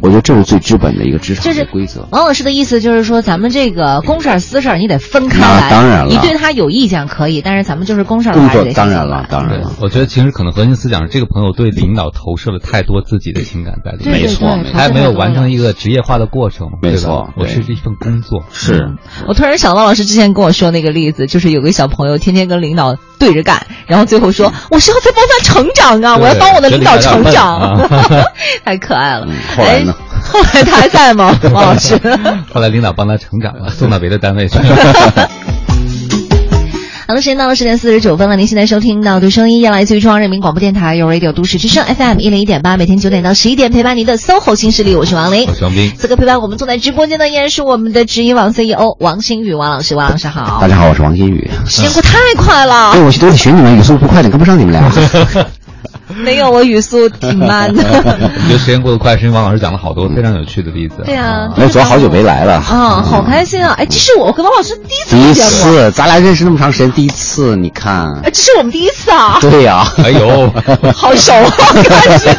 [SPEAKER 2] 我觉得这是最基本的一个职场
[SPEAKER 1] 就是
[SPEAKER 2] 的规则。
[SPEAKER 1] 王老师的意思就是说，咱们这个公事儿私事儿你得分开
[SPEAKER 2] 那
[SPEAKER 1] 来。
[SPEAKER 2] 当然了
[SPEAKER 1] 你对他有意见可以，但是咱们就是公事儿
[SPEAKER 2] 工
[SPEAKER 1] 还是
[SPEAKER 2] 作
[SPEAKER 1] 得
[SPEAKER 2] 当然了，当然
[SPEAKER 3] 对
[SPEAKER 2] 了，，
[SPEAKER 3] 我觉得其实可能核心思想是这个朋友对领导投射了太多自己的情感在里
[SPEAKER 1] 对
[SPEAKER 3] 面，
[SPEAKER 1] 对
[SPEAKER 2] 没错
[SPEAKER 1] 对
[SPEAKER 2] 没错
[SPEAKER 1] 投
[SPEAKER 3] 还
[SPEAKER 1] 资
[SPEAKER 3] 没有
[SPEAKER 1] 太多
[SPEAKER 3] 完
[SPEAKER 1] 了
[SPEAKER 3] 成一个职业化的过程，
[SPEAKER 2] 没
[SPEAKER 3] 对吧
[SPEAKER 2] 错
[SPEAKER 3] 我
[SPEAKER 2] 对
[SPEAKER 3] 是一份工作，
[SPEAKER 2] 是
[SPEAKER 1] 我突然想到，王老师之前跟我说那个例子，就是有个小朋友天天跟领导对着 干，然后最后说：“我是要在帮他成长啊，
[SPEAKER 3] 对
[SPEAKER 1] 我要帮我的领导成长。
[SPEAKER 3] 这领导要笨”啊
[SPEAKER 1] 太可爱了。
[SPEAKER 2] 嗯后来呢
[SPEAKER 1] 哎？后来他还在 吗，王老师？
[SPEAKER 3] 后来领导帮他成长了，送到别的 单位去。
[SPEAKER 1] 好的，时间到了十点四十九分了。您现在收听到的声音，依然来自于中央人民广播电台 u Radio 都市之声 FM 一零一点八，每天九点到十一点陪伴您的 SOHO 新势力，我是王琳
[SPEAKER 3] 我。是王斌，
[SPEAKER 1] 此刻陪伴我们坐在直播间的依然是我们的知音网 CEO 王新宇，王老师，王老师好
[SPEAKER 2] 大。家好，我是王新宇。
[SPEAKER 1] 时间过太快了
[SPEAKER 2] 哎，，我去都得寻你们，语速不快点跟不 上你们俩。
[SPEAKER 1] 没有我语速挺慢的。
[SPEAKER 3] 我觉得时间过得快，是因为王老师讲了好多
[SPEAKER 2] 嗯
[SPEAKER 3] 非常有趣的例子。
[SPEAKER 1] 对啊，
[SPEAKER 2] 那主要哎好久没来了。
[SPEAKER 1] 啊，好开心啊！哎，这是我跟王老师第一次
[SPEAKER 2] 第
[SPEAKER 1] 录
[SPEAKER 2] 一
[SPEAKER 1] 节目，
[SPEAKER 2] 次，咱俩认识那么长时间，第一次，你看
[SPEAKER 1] 哎，，这是我们第一次啊，
[SPEAKER 2] 对呀、
[SPEAKER 3] 哎 呦，
[SPEAKER 1] 好熟啊，开心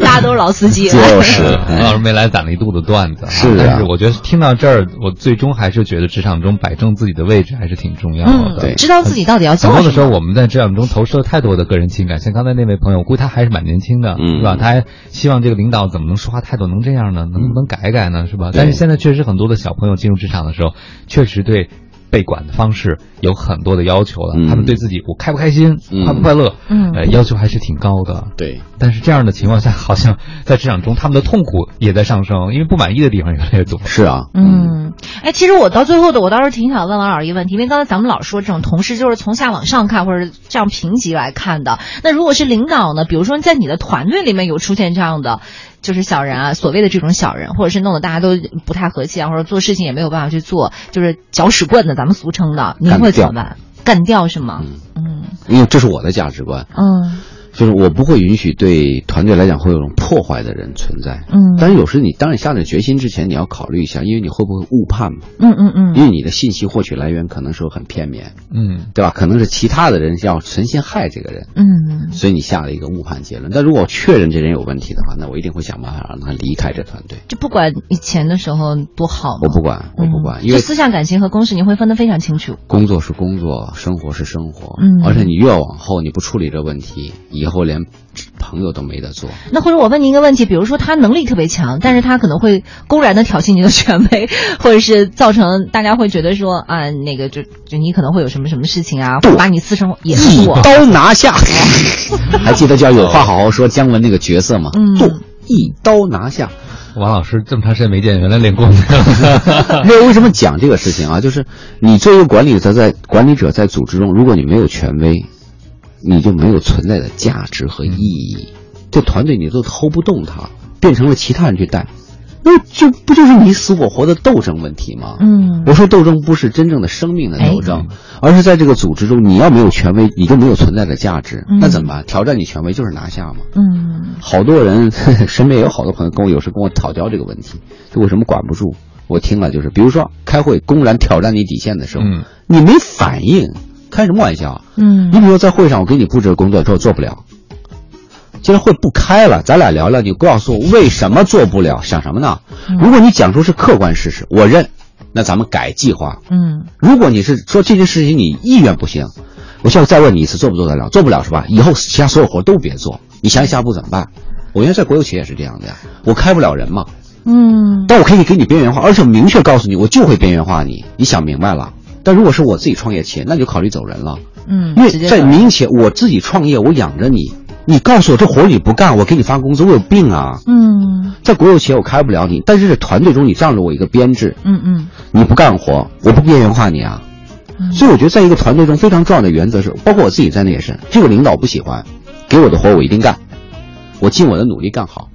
[SPEAKER 1] 大家都是老司机。
[SPEAKER 2] 就是
[SPEAKER 3] 王嗯老师没来攒了一肚子段子啊。
[SPEAKER 2] 是啊
[SPEAKER 3] 但是我觉得听到这儿，我最终还是觉得职场中摆正自己的位置还是挺重要
[SPEAKER 1] 嗯
[SPEAKER 3] 的。，
[SPEAKER 2] 对
[SPEAKER 1] 知道自己到底要
[SPEAKER 3] 很
[SPEAKER 1] 做
[SPEAKER 3] 多
[SPEAKER 1] 什
[SPEAKER 3] 的时
[SPEAKER 1] 么。
[SPEAKER 3] 候，我们在职场中投射了太多的个人情感，像刚才那位朋友，我估计他还是蛮年轻的，
[SPEAKER 2] 嗯
[SPEAKER 3] 是吧？他还希望这个领导怎么能说话态度能这样呢？能不能改一改呢？是吧？
[SPEAKER 2] 对
[SPEAKER 3] 但是现在确实很多的小朋友进入职场的时候，确实对被管的方式有很多的要求了。
[SPEAKER 2] 嗯
[SPEAKER 3] 他们对自己我开不开心、
[SPEAKER 2] 嗯
[SPEAKER 3] 快不快乐，
[SPEAKER 1] 嗯
[SPEAKER 3] 呃，要求还是挺高的。
[SPEAKER 2] 对，
[SPEAKER 3] 但是这样的情况下，好像在职场中他们的痛苦也在上升，因为不满意的地方越来越多。
[SPEAKER 2] 是啊，
[SPEAKER 1] 嗯，哎，其实我到最后的，我倒是挺想问王老师一个问题，因为刚才咱们老说这种同事就是从下往上看，或者这样评级来看的。那如果是领导呢？比如说在你的团队里面有出现这样的，就是小人啊，所谓的这种小人，或者是弄得大家都不太和气啊，或者做事情也没有办法去做，就是搅屎棍的，咱们俗称的，您会怎么办？干掉是吗？嗯
[SPEAKER 2] 因为这是我的价值观，
[SPEAKER 1] 嗯
[SPEAKER 2] 就是我不会允许对团队来讲会有种破坏的人存在。
[SPEAKER 1] 嗯
[SPEAKER 2] 但是有时你当你下定决心之前，你要考虑一下，因为你会不会误判嘛？
[SPEAKER 1] 嗯嗯嗯
[SPEAKER 2] 因为你的信息获取来源可能是很片面，
[SPEAKER 3] 嗯，
[SPEAKER 2] 对吧？可能是其他的人要存心害这个人，
[SPEAKER 1] 嗯
[SPEAKER 2] 所以你下了一个误判结论。但如果我确认这人有问题的话，那我一定会想办法让他离开这团队。
[SPEAKER 1] 就不管以前的时候多好
[SPEAKER 2] 我
[SPEAKER 1] 嘛。
[SPEAKER 2] 不管，我不管，
[SPEAKER 1] 嗯
[SPEAKER 2] 因
[SPEAKER 1] 就
[SPEAKER 2] 为
[SPEAKER 1] 私下感情和公事，你会分得非常清楚。
[SPEAKER 2] 工作是工作，生活是生活，
[SPEAKER 1] 嗯
[SPEAKER 2] 而且你越往后你不处理这问题，以后连朋友都没得做。
[SPEAKER 1] 那或者我问您一个问题，比如说他能力特别强，但是他可能会公然的挑衅您的权威，或者是造成大家会觉得说啊，那个就就你可能会有什么什么事情啊，或者把你私生活也是
[SPEAKER 2] 一
[SPEAKER 1] 我，
[SPEAKER 2] 刀拿下， 还记得叫有话好好说姜文那个角色吗？
[SPEAKER 1] 嗯
[SPEAKER 2] 剁一刀拿下。
[SPEAKER 3] 王老师这么长时间没见，原来练功了。
[SPEAKER 2] 那为什么讲这个事情啊？就是你作为管理者在管理者在组织中，如果你没有权威，你就没有存在的价值和意义，
[SPEAKER 1] 嗯
[SPEAKER 2] 这团队你都 hold 不动它，变成了其他人去带，那就不就是你死我活的斗争问题吗？
[SPEAKER 1] 嗯哎
[SPEAKER 2] 我说斗争不是真正的生命的斗争，而是在这个组织中，你要没有权威，你就没有存在的价值。
[SPEAKER 1] 嗯
[SPEAKER 2] 那怎么办？挑战你权威就是拿下嘛。
[SPEAKER 1] 嗯
[SPEAKER 2] 好多人 身边有好多朋友跟我有时跟我讨教这个问题，就为什么管不住？我听了就是，比如说开会公然挑战你底线的时候，
[SPEAKER 3] 嗯
[SPEAKER 2] 你没反应，开什么玩笑啊？你
[SPEAKER 1] 嗯
[SPEAKER 2] 比如说在会上我给你布置的工作之后做不了，既然会不开了，咱俩聊聊，你告诉我为什么做不了，想什么呢？如果你讲出是客观事实，我认，那咱们改计划。
[SPEAKER 1] 嗯
[SPEAKER 2] 如果你是说这件事情你意愿不行，我下次再问你一次，做不做得了？做不了是吧？以后其他所有活都别做，你想想下一步怎么办？我原来在国有企业也是这样的呀，我开不了人嘛，
[SPEAKER 1] 嗯
[SPEAKER 2] 但我可以给你边缘化，而且我明确告诉你，我就会边缘化你，你想明白了。但如果是我自己创业企业，那你就考虑走人了，
[SPEAKER 1] 嗯，
[SPEAKER 2] 因为
[SPEAKER 1] 直接
[SPEAKER 2] 在
[SPEAKER 1] 走
[SPEAKER 2] 民营企业我自己创业，我养着你，你告诉我这活儿你不干，我给你发工资，我有病啊！
[SPEAKER 1] 嗯
[SPEAKER 2] 在国有企业我开不了你，但是这团队中你占了我一个编制，
[SPEAKER 1] 嗯嗯
[SPEAKER 2] 你不干活，我不边缘化你啊。
[SPEAKER 1] 嗯
[SPEAKER 2] 所以我觉得，在一个团队中非常重要的原则是，包括我自己在内也是，这个领导不喜欢，给我的活我一定干，我尽我的努力干好。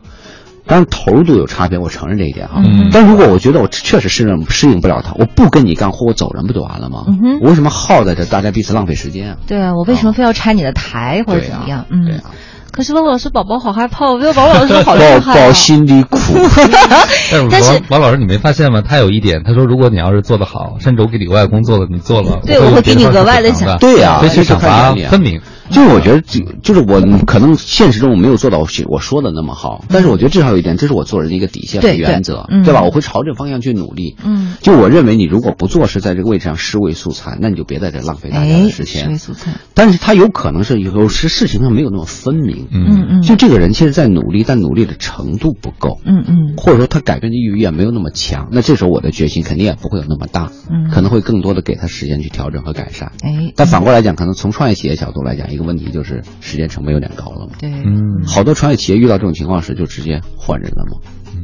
[SPEAKER 2] 当然投入度有差别，我承认这一点哈。
[SPEAKER 1] 嗯
[SPEAKER 2] 但如果我觉得我确实适应适应不了他，我不跟你干活，我走人不就完了吗？
[SPEAKER 1] 嗯哼
[SPEAKER 2] 我为什么耗在这，大家彼此浪费时间啊？
[SPEAKER 1] 对啊，我为什么非要拆你的台或者
[SPEAKER 2] 对
[SPEAKER 1] 怎
[SPEAKER 2] 啊
[SPEAKER 1] 么样？，嗯，
[SPEAKER 2] 对啊，
[SPEAKER 1] 可是王老师，宝宝好害怕，我觉得王老 师好厉
[SPEAKER 2] 抱
[SPEAKER 1] 害啊
[SPEAKER 2] 抱！ 心里苦，
[SPEAKER 3] 但是
[SPEAKER 1] 但是
[SPEAKER 3] 王王老师，你没发现吗？他有一点，他说如果你要是做得好，甚至我给你额外工作了，你做了，
[SPEAKER 1] 对
[SPEAKER 3] 我
[SPEAKER 1] 我会
[SPEAKER 3] 有
[SPEAKER 1] 给
[SPEAKER 3] 别
[SPEAKER 1] 你
[SPEAKER 3] 的
[SPEAKER 1] 额外的
[SPEAKER 3] 奖
[SPEAKER 1] 奖
[SPEAKER 3] 赏
[SPEAKER 2] 对啊
[SPEAKER 3] 所以其实
[SPEAKER 2] 这
[SPEAKER 3] 赏
[SPEAKER 2] 看
[SPEAKER 3] 罚
[SPEAKER 2] 眼里啊
[SPEAKER 3] 分明。
[SPEAKER 2] 就是我觉得这，就是我可能现实中我没有做到我我说的那么好，但是我觉得至少有一点，这是我做人的一个底线和
[SPEAKER 1] 对对
[SPEAKER 2] 原则，
[SPEAKER 1] 嗯
[SPEAKER 2] 吧？我会朝这个方向去努力。
[SPEAKER 1] 嗯，
[SPEAKER 2] 就我认为，你如果不做事，在这个位置上尸位素餐，那你就别在这浪费大家
[SPEAKER 1] 哎，
[SPEAKER 2] 的时间。嗯
[SPEAKER 1] 水素菜，
[SPEAKER 2] 但是他有可能是有时事情上没有那么分明，
[SPEAKER 1] 嗯嗯
[SPEAKER 2] 就这个人其实在努力，但努力的程度不够，
[SPEAKER 1] 嗯嗯
[SPEAKER 2] 或者说他改变的意愿没有那么强，那这时候我的决心肯定也不会有那么大，
[SPEAKER 1] 嗯，
[SPEAKER 2] 可能会更多的给他时间去调整和改善。
[SPEAKER 1] 哎，
[SPEAKER 2] 但反过来讲，可能从创业企业角度来讲，一个问题就是时间成本有点高了嘛。
[SPEAKER 1] 对，
[SPEAKER 3] 嗯，
[SPEAKER 2] 好多创业企业遇到这种情况时，就直接换人了嘛。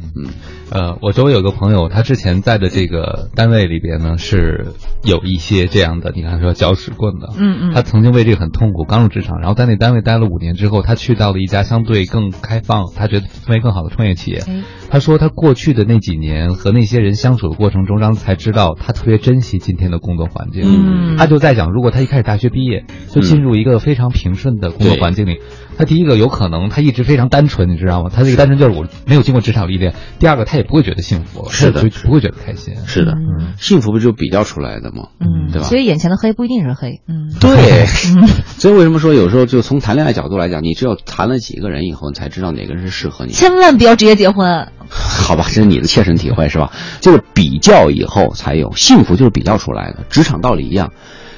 [SPEAKER 3] 呃，我周围有个朋友，他之前在的这个单位里边呢，是有一些这样的，你看说搅屎棍的，
[SPEAKER 1] 嗯
[SPEAKER 3] 他
[SPEAKER 1] 嗯，
[SPEAKER 3] 曾经为这个很痛苦，刚入职场，然后在那单位待了五年之后，他去到了一家相对更开放，他觉得氛围更好的创业企
[SPEAKER 2] 嗯
[SPEAKER 3] 业。
[SPEAKER 1] 哎，
[SPEAKER 3] 他说他过去的那几年和那些人相处的过程中，让他才知道他特别珍惜今天的工作环境。
[SPEAKER 1] 嗯
[SPEAKER 3] 他就在讲，如果他一开始大学毕业
[SPEAKER 2] 嗯
[SPEAKER 3] 就进入一个非常平顺的工作环境里，他第一个有可能他一直非常单纯，你知道吗？他这个单纯就是我没有经过职场历练。第二个，他也不会觉得幸福，
[SPEAKER 2] 是的
[SPEAKER 3] 就不会觉得开心。
[SPEAKER 2] 是的
[SPEAKER 1] 嗯
[SPEAKER 2] 幸福不就比较出来的吗？
[SPEAKER 1] 嗯，
[SPEAKER 2] 对吧
[SPEAKER 1] 所以眼前的黑不一定是黑，嗯，
[SPEAKER 2] 对，所以为什么说有时候就从谈恋爱角度来讲，你只有谈了几个人以后，你才知道哪个人是适合你。
[SPEAKER 1] 千万不要直接结婚，
[SPEAKER 2] 好吧，这是你的切身体会是吧？就是比较以后才有幸福，就是比较出来的。职场道理一样，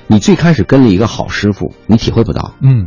[SPEAKER 2] 你最开始跟了一个好师傅，你体会不到，
[SPEAKER 3] 嗯，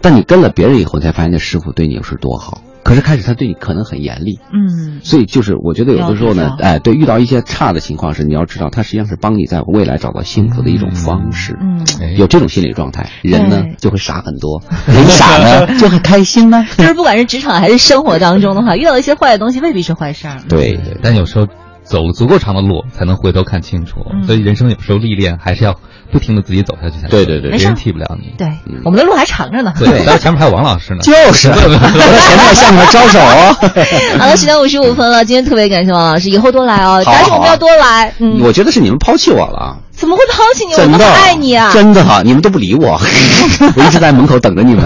[SPEAKER 2] 但你跟了别人以后，你才发现这师傅对你有是多好。可是开始他对你可能很严厉，
[SPEAKER 1] 嗯，
[SPEAKER 2] 所以就是我觉得有的时候
[SPEAKER 1] 要
[SPEAKER 2] 呢
[SPEAKER 1] 比，较
[SPEAKER 2] 哎，对，遇到一些差的情况时，你要知道，他实际上是帮你在未来找到幸福的一种方式。
[SPEAKER 1] 嗯，
[SPEAKER 3] 哎
[SPEAKER 2] 有这种心理状态，人呢
[SPEAKER 1] 对
[SPEAKER 2] 就会傻很 多，人傻呢就会开心呢。
[SPEAKER 1] 就是不管是职场还是生活当中的话，遇到一些坏的东西未必是坏事儿，
[SPEAKER 2] 对对，
[SPEAKER 3] 但有时候走足够长的路，才能回头看清楚。
[SPEAKER 1] 嗯
[SPEAKER 3] 所以人生有时候历练还是要不停的自己走下去才行。
[SPEAKER 2] 对对对没
[SPEAKER 1] 事
[SPEAKER 3] 别人替不了你。
[SPEAKER 1] 对，
[SPEAKER 2] 嗯
[SPEAKER 1] 我们的路还长着呢。
[SPEAKER 3] 对，当然前面还有王老师呢。
[SPEAKER 2] 就是，我在前面向他招手哦。
[SPEAKER 1] 好了，十点五十五分了，今天特别感谢王老师，以后多来哦，
[SPEAKER 2] 好啊
[SPEAKER 1] 但是我们要多来，嗯，
[SPEAKER 2] 我觉得是你们抛弃我了啊！
[SPEAKER 1] 怎么会抛弃你？我
[SPEAKER 2] 真
[SPEAKER 1] 们
[SPEAKER 2] 的，
[SPEAKER 1] 很爱你啊！
[SPEAKER 2] 真的哈，你们都不理 我，我一直在门口等着你们。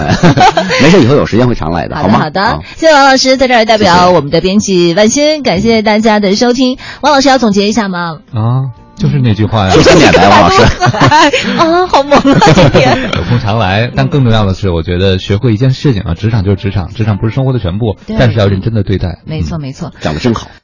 [SPEAKER 2] 没事，以后有时间会常来的，
[SPEAKER 1] 好的，
[SPEAKER 2] 吗？
[SPEAKER 1] 好的
[SPEAKER 2] 啊，
[SPEAKER 1] 谢谢王老师在这儿代
[SPEAKER 2] 谢
[SPEAKER 1] 表
[SPEAKER 2] 谢
[SPEAKER 1] 我们的编辑万欣，感谢大家的收听。王老师要总结一下吗？
[SPEAKER 3] 啊，就是那句 话呀
[SPEAKER 2] 就。这点 来，王老师。
[SPEAKER 1] 啊，好萌啊！今 天，
[SPEAKER 3] 有空常来，但更重要的是，我觉得学会一件事情啊，职场就是职场，职场不是生活的全部，
[SPEAKER 1] 对
[SPEAKER 3] 但是要认真的对待。
[SPEAKER 1] 没错，没错。
[SPEAKER 2] 讲的真好。